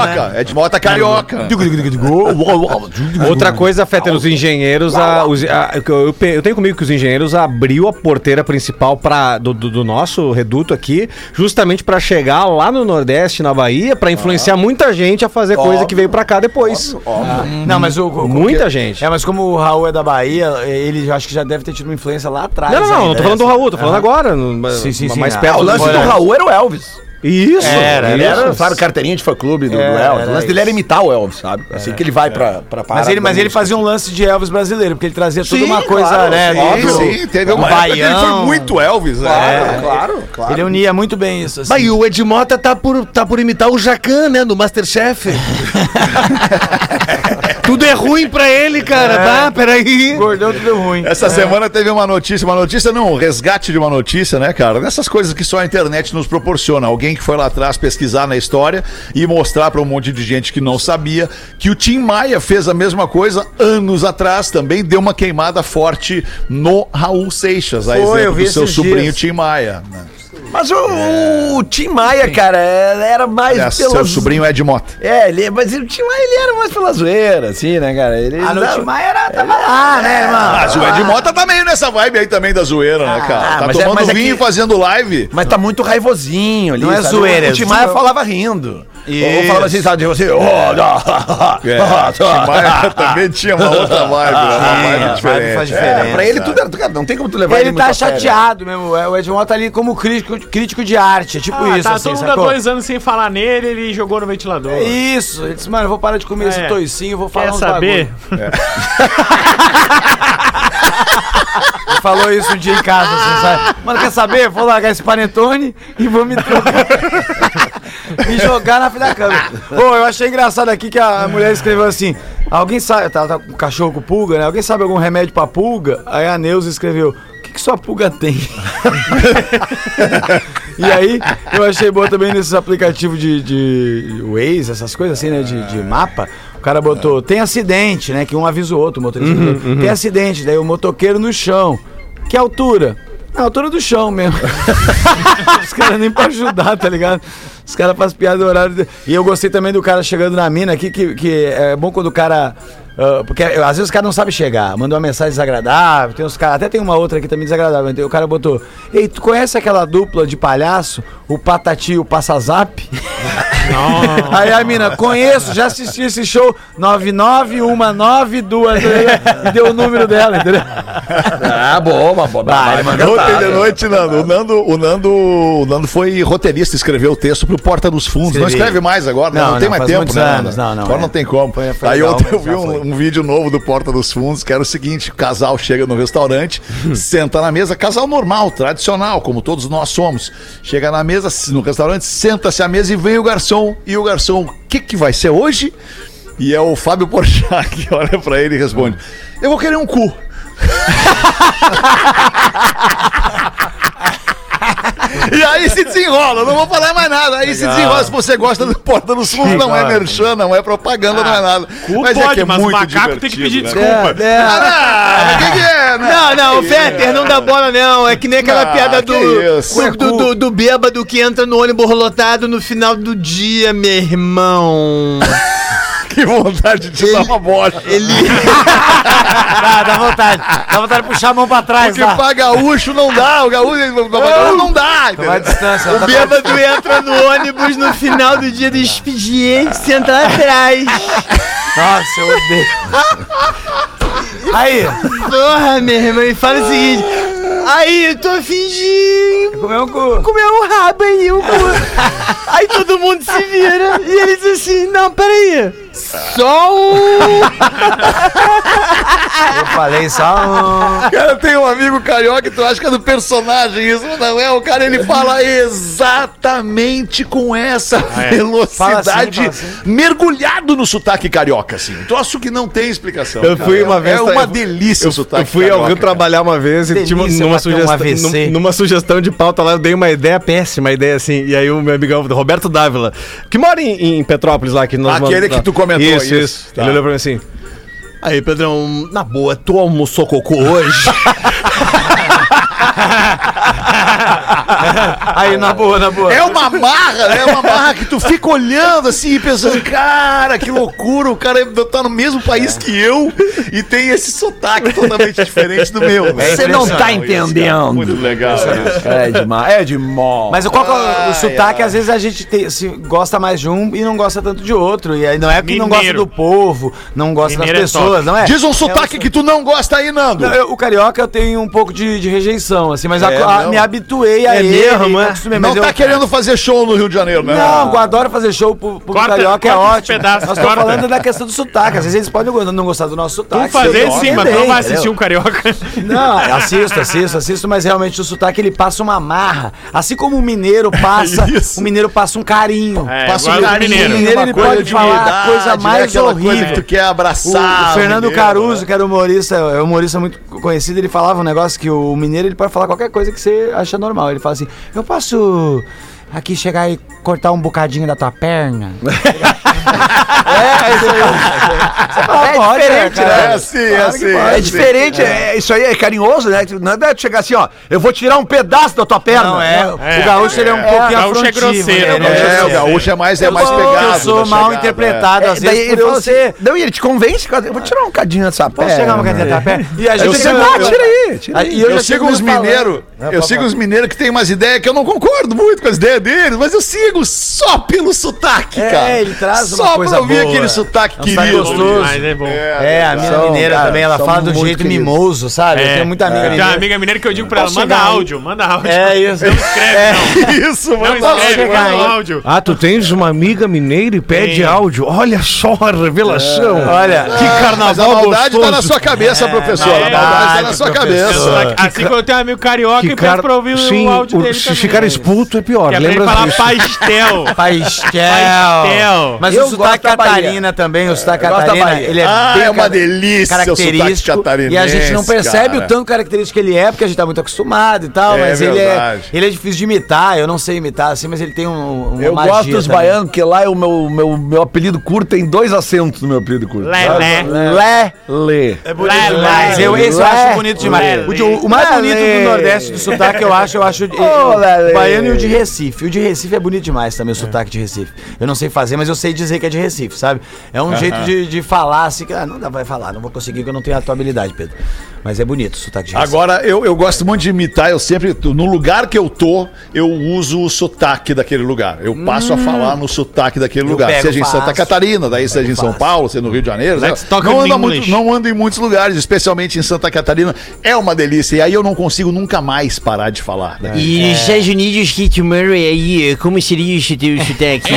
F: né?
D: carioca. Edmota
E: é
D: carioca.
C: Outra coisa, Fetter, os engenheiros. a- os- a- eu- eu, pe- eu tenho comigo que os engenheiros abriu a porteira principal pra, do, do- do nosso reduto aqui, justamente pra chegar lá no Nordeste, na Bahia, pra influenciar muita gente a fazer coisa que veio pra cá depois.
F: Ah, Não, mas o, o-
C: Muita gente.
F: É, mas como o Raul é da Bahia, ele eu acho que já deve ter tido uma influência lá atrás.
C: Não, não, não, não
F: ainda,
C: tô falando do
F: né?
C: Raul, tô falando agora.
F: Sim, sim, sim.
C: Mais
F: Ah,
C: perto
E: O lance do
C: Raul.
E: Raul era o Elvis.
C: Isso!
F: Era,
E: Ele
C: isso.
E: era, sabe, carteirinha de fã-clube do, do
F: Era,
E: Elvis. O
F: era
E: lance dele
F: isso. É.
E: era imitar o Elvis, sabe? Assim que ele vai pra, pra
F: Mas
E: parada
F: ele, mas
E: da
F: ele
E: música.
F: fazia um lance de Elvis brasileiro, porque ele trazia toda
D: Sim,
F: uma coisa,
D: claro,
F: né?
D: sim,
F: óbvio.
D: sim, teve uma época que ele
F: baião.
D: foi muito Elvis, né?
E: é Claro, claro.
F: Ele unia muito bem isso. assim.
I: Bah, e o Edmota tá por, tá por imitar o Jacan, né? No Masterchef. Tudo é ruim pra ele, cara. Bah, peraí.
F: Gordão tudo ruim.
D: Essa
E: É.
D: semana teve uma notícia, uma notícia não, um resgate de uma notícia, né, cara? Dessas coisas que só a internet nos proporciona. Alguém que foi lá atrás pesquisar na história e mostrar pra um monte de gente que não sabia que o Tim Maia fez a mesma coisa anos atrás também, deu uma queimada forte no Raul Seixas, a
F: Foi, eu
D: exemplo
F: vi
D: do seu
F: esses
D: sobrinho
F: dias.
D: Tim Maia. né?
E: Mas o, Então, o Tim Maia, cara, era mais
D: É, seu sobrinho Ed Mota.
E: É, ele, mas o Tim Maia, ele era mais pela zoeira, assim, né, cara? Ele
F: A
E: dava-
F: noite Maia Ah, era, tava lá, né, irmão?
D: Mas o Ed Mota tá meio nessa vibe aí também da zoeira, né, cara?
E: Ah,
D: Tá
E: mas é-
D: tomando
E: mas é
D: vinho e
E: que-
D: fazendo live.
E: Mas tá muito raivosinho ali.
F: Não é
E: sabe?
F: zoeira,
E: O Tim
F: é
E: Maia
F: zoeira.
E: falava rindo. Ou
F: Isso.
E: falava assim, sabe, de você. Oh, não.
D: É, Tim Maia também tinha uma outra vibe, né? uma
F: Sim, a
D: vibe
F: vibe
D: diferente.
F: faz
E: É,
F: diferença.
E: pra ele tudo era. Cara, não tem como tu levar
F: Ele
E: muito
F: tá
E: a né? sério.
F: chateado mesmo. é, O Edmond tá ali como crítico, crítico de arte. É tipo
G: Ah,
F: isso,
G: tá
F: assim,
G: todo mundo há
F: sacou?
G: dois anos sem falar nele, ele jogou no ventilador.
F: Isso. Ele disse, mano, eu vou parar de comer esse
G: É.
F: toicinho, vou falar
G: Quer
F: uns
G: saber?
F: bagulho. Ele falou isso um dia em casa, assim, sabe? Mano, quer saber? Vou largar esse panetone e vou me trocar. e jogar na frente da câmera. Pô, eu achei engraçado aqui que a mulher escreveu assim: alguém sabe. Tá, tá com cachorro com pulga, né? Alguém sabe algum remédio pra pulga? Aí a Neuza escreveu: o que, que sua pulga tem? e aí, eu achei bom também nesses aplicativos de, de Waze, essas coisas assim, né? De, de mapa. O cara botou, tem acidente, né? Que um avisa o outro, o motorista. botou, Tem acidente, daí o motoqueiro no chão. Que altura? Na altura do chão mesmo. Os caras nem pra ajudar, tá ligado? Os caras fazem piada do horário. de- E eu gostei também do cara chegando na mina aqui, que, que é bom quando o cara. ah, porque às vezes o cara não sabe chegar, manda uma mensagem desagradável, tem uns caras. Até tem uma outra aqui também desagradável. tem- O cara botou. Ei, tu conhece aquela dupla de palhaço, o Patati e o Passazap? Aí a mina, conheço, já assisti esse show 99192. tá E deu o número dela, entendeu?
E: Ah, boa, uma boa. Ah, ele mandou
D: Ontem de noite, Nando, o Nando, o Nando, o Nando foi roteirista, escreveu o texto pro Porta dos Fundos. Não escreve mais agora, né? não,
F: Não,
D: tem
F: não,
D: mais
F: faz
D: tempo,
F: muitos
D: né?
F: anos, não, não,
D: agora
F: é.
D: não tem como.
F: Foi- foi
D: Aí
F: legal,
D: ontem eu
F: mas
D: vi
F: já
D: um,
F: foi.
D: um vídeo novo do Porta dos Fundos que era o seguinte: o casal chega no restaurante, senta na mesa, casal normal, tradicional, como todos nós somos. Chega na mesa, no restaurante, senta-se à mesa e vem o garçom. E o garçom, o que, que vai ser hoje? E é o Fábio Porchat que olha pra ele e responde: Eu vou querer um cu. E aí se desenrola, eu não vou falar mais nada. Aí se desenrola, se você gosta do Porta dos Fundos, não é merchan, não é propaganda, não é nada.
G: Ah, cu pode, mas macaco tem que pedir
D: divertido, né?
G: desculpa.
F: É,
D: Ah, mas o que, que é, né?
I: Não, não, o Fetter não dá bola, não. É que nem aquela
D: Ah,
I: piada
D: que
I: do,
D: isso.
I: do, do, do, do bêbado que entra no ônibus lotado no final do dia, meu irmão. É.
D: Que vontade de dar uma bosta.
F: Dá, dá vontade. Dá vontade de puxar a mão pra trás, tá?
D: Porque pra gaúcho não dá, o gaúcho ele não, não, não dá. entendeu?
F: distância.
I: O bêbado entra no ônibus no final do dia do expediente, senta lá atrás.
F: Nossa, eu odeio. Aí,
I: Porra, meu irmão, e fala o seguinte. Aí, eu tô afim de
F: comeu um cu.
I: comer um rabo aí, um cu. Aí todo mundo se vira e ele diz um." assim, não, peraí. Só o...
F: falei só.
D: Cara, eu tenho um amigo carioca e tu acha que é do personagem isso, não é? O cara, ele fala exatamente com essa
F: Fala assim,
D: velocidade,
F: fala assim.
D: mergulhado no sotaque carioca, assim. Um troço que não tem explicação.
C: Eu
D: cara.
C: fui uma
D: É-
C: vez-
D: É uma delícia o sotaque
C: Eu fui ao Rio
D: carioca, cara.
C: trabalhar uma vez e
F: Delícia,
C: tinha uma-
F: bateu
C: numa
F: um
C: sugestão,
F: AVC.
C: num- numa sugestão de pauta lá, eu dei uma ideia péssima, uma ideia assim. E aí o meu amigão Roberto Dávila, que mora em, em Petrópolis lá, que nós
D: Aquele
C: moramos lá.
D: que tu comentou,
C: Isso,
D: isso.
C: isso.
D: Tá.
C: Ele olhou pra mim assim. Aí, Pedrão, na boa, tu almoçou cocô hoje?
F: Aí, na boa, na boa.
D: É uma marra, né? É uma marra que tu fica olhando assim e pensando, cara, que loucura, o cara tá no mesmo país que eu e tem esse sotaque totalmente diferente do
G: É
F: é.
D: meu.
C: É
D: né?
E: Você não tá entendendo.
D: Muito legal. isso.
E: É demais. É demais.
F: Mas qual que é o, o sotaque, às vezes a gente tem- se gosta mais de um e não gosta tanto de outro. E aí não é que não gosta
G: Mineiro.
F: do povo, não gosta
G: Mineiro é
F: das pessoas,
G: top.
F: não é?
D: Diz um sotaque que tu não gosta aí, Nando.
F: Não, eu- o carioca eu tenho um pouco de, de rejeição, assim, mas a-
D: É,
F: a-
D: não.
F: me habituei a
C: É
F: ele.
C: mesmo,
F: me
C: é?
G: né?
F: acostumei,
D: Não
F: mas eu-
D: tá querendo fazer show no Rio de Janeiro, né?
F: Não, eu adoro fazer show pro, pro
G: Corta-
F: carioca, é
G: corta esse
F: ótimo.
G: pedaço,
F: Nós estamos
G: corta.
F: falando da questão do sotaque. Às vezes eles podem go- não gostar do nosso sotaque.
G: Vamos fazer
F: vocês
G: sim, mas tu
F: entendem,
G: não vai assistir
F: entendeu?
G: um carioca.
F: Não, assisto, assisto, assisto, mas realmente o sotaque ele passa uma marra. Assim como o mineiro
D: É
F: passa, o mineiro passa um carinho.
G: É,
D: Passa um
G: agora o
D: carinho,
G: mineiro.
F: mineiro, ele pode falar a
D: humildade,
F: coisa
D: né?
F: mais
D: Aquela Coisa que
F: horrível.
D: tu quer
F: O,
D: abraçar.
F: o Fernando
D: mineiro,
F: Caruso,
D: né?
F: que era humorista, é um humorista muito conhecido, ele falava um negócio que o mineiro ele pode falar qualquer coisa que você acha normal. Ele fala assim: Eu posso aqui chegar e cortar um bocadinho da tua perna? é, isso aí. é diferente,
D: É assim, é assim.
E: É
D: assim.
E: diferente, é, isso aí é carinhoso, né? Não é chegar assim, ó, eu vou tirar um pedaço da tua perna.
F: Não, é.
G: É.
F: O gaúcho ele é um pouquinho
G: O gaúcho é
F: afrontivo.
G: grosseiro,
F: né? Ele
D: É, o
F: grosseiro.
D: gaúcho é mais, é mais
F: Eu sou-
D: pegado.
F: Eu sou
D: da
F: mal
D: chegada,
F: interpretado, às
E: É, daí
F: vezes,
E: ele
F: por eu tá
E: fala assim,
F: ser...
E: não, e ele te convence, cara, eu vou tirar um cadinho dessa
F: Posso
E: perna.
F: chegar uma cadinha da perna? E a
E: Eu
F: gente...
E: chego, ah, tira aí, tira aí.
F: Aí, e
D: Eu,
F: já
D: sigo
F: chego
D: uns
F: falando-
D: mineiros, eu sigo uns mineiros que tem umas ideias que eu não concordo muito com as ideias deles, mas eu sigo só pelo sotaque,
F: É,
D: cara.
F: ele traz uma
D: só
F: coisa
D: pra ouvir
F: boa.
D: aquele sotaque
F: É um sotaque
D: querido.
F: gostoso.
G: Mas é bom.
F: É, a minha
E: São,
F: mineira
E: cara,
F: também, ela
E: são
F: fala do
E: muito
F: jeito
E: queridos.
F: mimoso, sabe? Eu
G: É.
F: tenho muita amiga
G: Tem uma
F: mineira.
G: amiga mineira que eu digo pra ela,
F: Posso
G: manda
F: chegar aí?
G: áudio, manda áudio.
F: É isso.
G: Não escreve,
D: Isso,
G: não. Não
D: mano.
G: escreve,
F: chegar
G: manda
F: aí.
G: áudio.
C: ah, tu tens uma amiga mineira e pede
G: Tenho.
C: áudio? Olha só a revelação.
I: É.
F: Olha,
C: que
D: Ah, Mas a
C: carnaval
D: maldade
C: gostoso. É,
D: tá na sua
F: É,
D: cabeça, professor. A maldade tá na
C: verdade,
D: sua
G: Eu sou
D: cabeça.
G: aqui- Assim como eu tenho um amigo carioca
C: Que
G: e
C: cara-
G: peço pra ouvir
C: Sim,
G: o áudio
C: o-
G: dele
C: se
G: também.
C: ficar expulso é pior,
G: Que é pra ele
C: lembra
G: falar
C: disso.
G: pastel.
F: Pastel.
G: Pastel.
F: Mas
E: Eu
F: o sotaque
E: gosto da Bahia.
F: Catarina também, o sotaque
E: gosto da
F: Catarina,
E: Bahia.
F: ele é
D: Ah,
F: bem
D: é uma
F: cara-
D: delícia o sotaque
F: característico. E a gente não
D: catarinense,
F: percebe
D: cara.
F: o tanto característico que ele é, porque a gente tá muito acostumado e tal,
D: É
F: mas ele é,
D: verdade.
F: ele é difícil de imitar, eu não sei imitar assim, mas ele tem um, uma
E: Eu
F: magia
E: gosto dos
F: também.
E: baianos, porque lá é o meu, meu, meu apelido curto tem dois acentos no meu apelido curto.
G: Lelé.
E: Lé. Lé.
G: Lelé.
F: Mas eu, esse eu acho bonito demais.
G: Lé.
F: O, de- o mais bonito do Nordeste do sotaque, eu acho, eu acho o-
E: Ô, Lelê.
F: o baiano e o de Recife. O de Recife é bonito demais também, o sotaque de Recife. Eu não sei fazer, mas eu sei dizer que é de Recife, sabe? É um jeito de, de falar assim, que ah, não dá vai falar, não vou conseguir que eu não tenho a tua habilidade, Pedro. Mas é bonito o sotaque de Recife.
D: Agora, eu, eu gosto muito de imitar, eu sempre, no lugar que eu tô, eu uso o sotaque daquele lugar. Eu passo a falar no sotaque daquele lugar.
F: Hum. pego
D: Seja em
F: fácil.
D: Santa Catarina, daí seja em São
F: fácil.
D: Paulo, seja no Rio de Janeiro.
G: Let's
D: sabe?
G: talk
D: não,
G: in
D: ando
G: English.
D: muito, não ando em muitos lugares, especialmente em Santa Catarina. É uma delícia. E aí eu não consigo nunca mais parar de falar. daquele-
F: é.
K: E nos Estados Unidos, Kit Ah, Murray aí, como seria o seu sotaque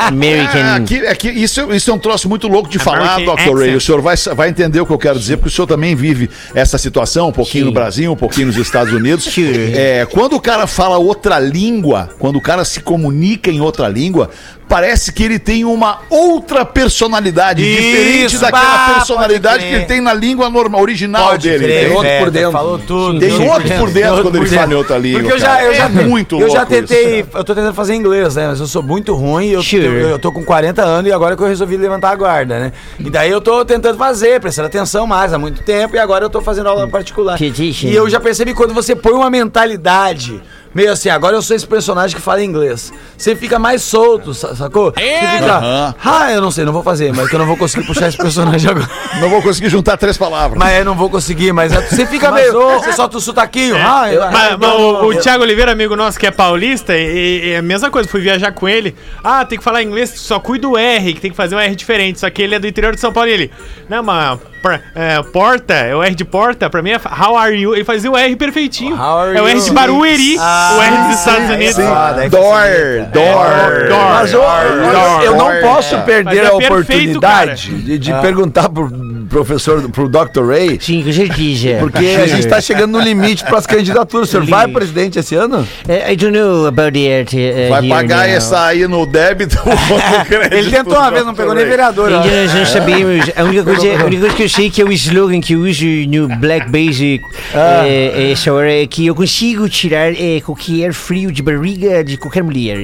D: É,
K: American?
D: aqui, é que isso, isso é um troço muito louco de falar,
G: American
D: Dr. Ray.
G: accent.
D: O senhor vai, vai entender o que eu quero dizer, porque o senhor também vive essa situação, um pouquinho
K: Sim.
D: no Brasil, um pouquinho nos Estados Unidos.
K: Sim.
D: É, quando o cara fala outra língua, quando o cara se comunica em outra língua, parece que ele tem uma outra personalidade, diferente
F: Isso, bah,
D: daquela
F: pode
D: personalidade
F: crer. é.
D: que ele tem na língua normal, original dele.
F: Tem
D: entendeu?
F: outro
E: Beto,
F: por dentro.
E: falou
F: tudo.
D: Tem outro por dentro quando ele fala em outra língua,
F: Porque eu já,
D: cara.
F: eu já,
D: É muito
F: eu já
D: louco isso,
F: tentei, eu tô tentando fazer inglês, né? Mas eu sou muito ruim, eu,
K: Sure.
F: eu, eu tô com 40 anos e agora que eu resolvi levantar a guarda, né? E daí eu tô tentando fazer, prestando atenção mais há muito tempo e agora eu tô fazendo aula particular.
K: Petition.
F: E eu já percebi quando você põe uma mentalidade Meio assim, agora eu sou esse personagem que fala inglês. Você fica mais solto, sa- sacou? Você fica. Ah, eu não sei, não vou fazer, mas que eu não vou conseguir puxar esse personagem agora.
D: Não vou conseguir juntar três palavras.
F: Mas eu não vou conseguir, mas é- você fica meio. Você solta o sotaquinho. Ah, eu-
G: Mas, mas o, o Thiago Oliveira, amigo nosso que é paulista, e, e é a mesma coisa, fui viajar com ele. Ah, tem que falar inglês, só cuida do R, que tem que fazer um R diferente. Só que ele é do interior de São Paulo e ele. Não, mas pra- é, porta, é o R de porta, pra mim é fa- how are you? Ele fazia o R perfeitinho.
F: How are
G: É o R
F: you?
G: de Barueri,
F: Ah,
G: o R dos
F: sim,
G: Estados Unidos.
F: Ah, daí
D: Door, door,
E: Mas eu, eu- eu não posso perder
G: Mas é
E: a
G: perfeito,
E: Ah. oportunidade de, de perguntar pro professor, pro Dr. Ray,
K: Sim, com
F: é.
K: certeza.
E: porque a gente tá chegando no limite pras candidaturas. O senhor vai
K: Limite.
E: presidente esse ano?
K: Eh, I don't know about that. eh,
D: Vai
K: here
D: pagar
K: now.
D: essa aí no débito ou no crédito?
F: Ele tentou uma vez, não pegou nem vereador. ó.
K: Ainda nós não sabemos. A única, coisa, a única coisa que eu sei que é o slogan que eu uso no Black Basic
F: Ah.
K: eh, essa hora é que eu consigo tirar eh, qualquer frio de barriga de qualquer mulher.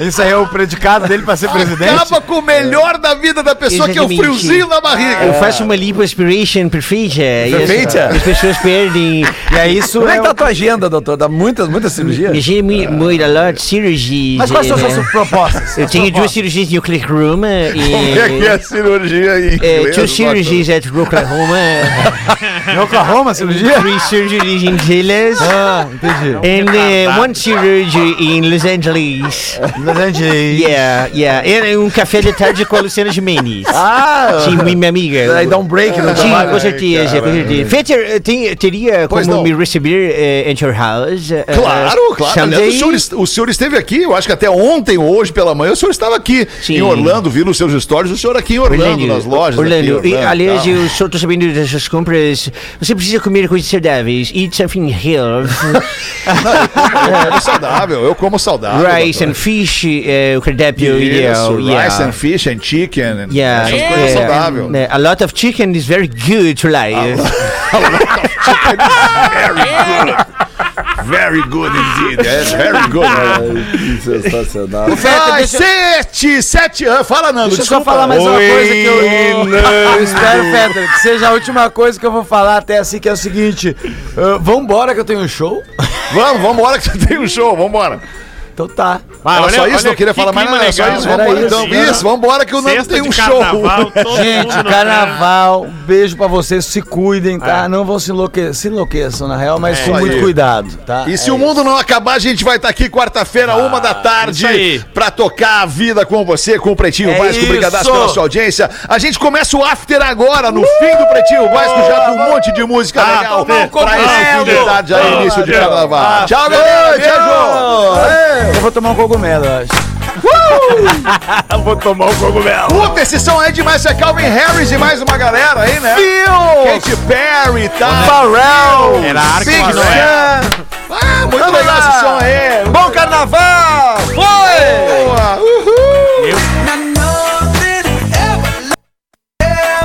F: Isso aí é o predicado dele pra ser presidente.
D: Acaba com o melhor da vida da pessoa, que é o
K: Exatamente.
D: friozinho na barriga.
F: Ah.
K: Eu faço uma lipoaspiration perfeita. e as-
E: Perfeita?
K: As, pessoas perdem.
F: E é isso.
E: Como é
F: É
E: que tá a tua agenda, doutor? Dá muitas, muitas cirurgias?
K: Imagina me moira é a lot cirurgies.
F: Ah. Mas quais
K: eh,
F: são
K: né?
F: as suas propostas?
K: Eu tenho duas cirurgias no Click Room eh,
D: Como é que
K: e.
D: é a cirurgia aí?
K: eh, two surgeries at Oklahoma,
F: Em Oklahoma, cirurgia?
K: three surgeries in Dallas,
F: Ah, entendi.
K: and
F: é
K: uh, one surgery in Los Angeles.
F: Entendi.
K: Yeah, yeah. Era um café de tarde com a Luciana Gimenez.
E: Ah!
K: Sim, minha amiga. Ah, é
E: Aí dá um break no
K: Sim,
E: trabalho.
K: com
D: né,
K: certeza, com certeza. Fetter, eh, tem, teria
D: Pois
K: como
D: não.
K: me receber eh, at your house? eh,
D: Claro,
K: eh,
D: claro.
K: someday?
D: Aliás, o, senhor, est- o senhor esteve aqui, eu acho que até ontem ou hoje pela manhã, o senhor estava aqui
K: Sim.
D: em Orlando, viram os seus stories, o senhor aqui em Orlando, nas lojas.
K: Orlando.
D: aqui,
K: E, é aliás,
D: tal.
K: eu só tô sabendo dessas compras. Você precisa comer coisas saudáveis. Eat something healthy.
D: Não, eu como É, saudável, eu como saudável.
K: rice and fish, eh, o cardápio
D: Isso,
K: ideal.
D: rice and fish and chicken. and
K: Yeah,
D: Essas coisas é
K: eh,
D: saudáveis. Ah,
K: eh, a lot of chicken is very good to life.
D: Very good indeed. Yes, very good.
E: Que sensacional.
F: Feta,
D: Ai, sete, sete anos. Fala, Nando.
F: Deixa eu só
D: desculpa.
F: falar mais uma
C: Oi,
F: coisa que eu, eu
C: Nando.
F: espero, Fetter, que seja a última coisa que eu vou falar até assim, que é o seguinte. ah, vambora que eu tenho um show.
D: Vamos, vambora que tem um show, vambora.
F: Então tá.
G: Ah,
D: Era
G: olha-
D: só isso,
G: olha
D: não queria
G: que
D: falar mais
G: clima
D: nada, era só
G: legal.
D: isso.
F: Era
D: Vambora
F: isso,
D: então,
F: né?
D: isso, vambora que o Nando
G: Sexta
D: tem um
G: de
D: show.
G: carnaval, todo
F: Gente,
G: mundo na-
F: carnaval, beijo pra vocês, se cuidem, tá? Não vão se enlouquecer, se enlouqueçam, na real, mas com
D: isso
F: muito
D: aí.
F: cuidado, tá?
D: E se o mundo não acabar, a gente vai estar aqui quarta-feira, uma da
G: isso aí.
D: tarde, pra tocar a vida com você, com o Pretinho
F: É
D: Básico. Obrigadaço
F: isso.
D: pela sua audiência. A gente começa o after agora, no fim do Pretinho Básico, já com um monte de música legal.
G: tomar um
D: pra esse fim de
G: cogumelo.
D: tarde, aí, início de carnaval. Tchau, galera. Tchau, João. É,
F: Eu vou tomar um cogumelo, eu acho.
D: Puta, esse som é demais. Isso é Calvin Harris e mais uma galera aí, né? Phil! Katy Perry, tá? Pharrell!
G: Era arco,
D: Big
G: mas não
D: Sam! Ah, muito legal esse som aí.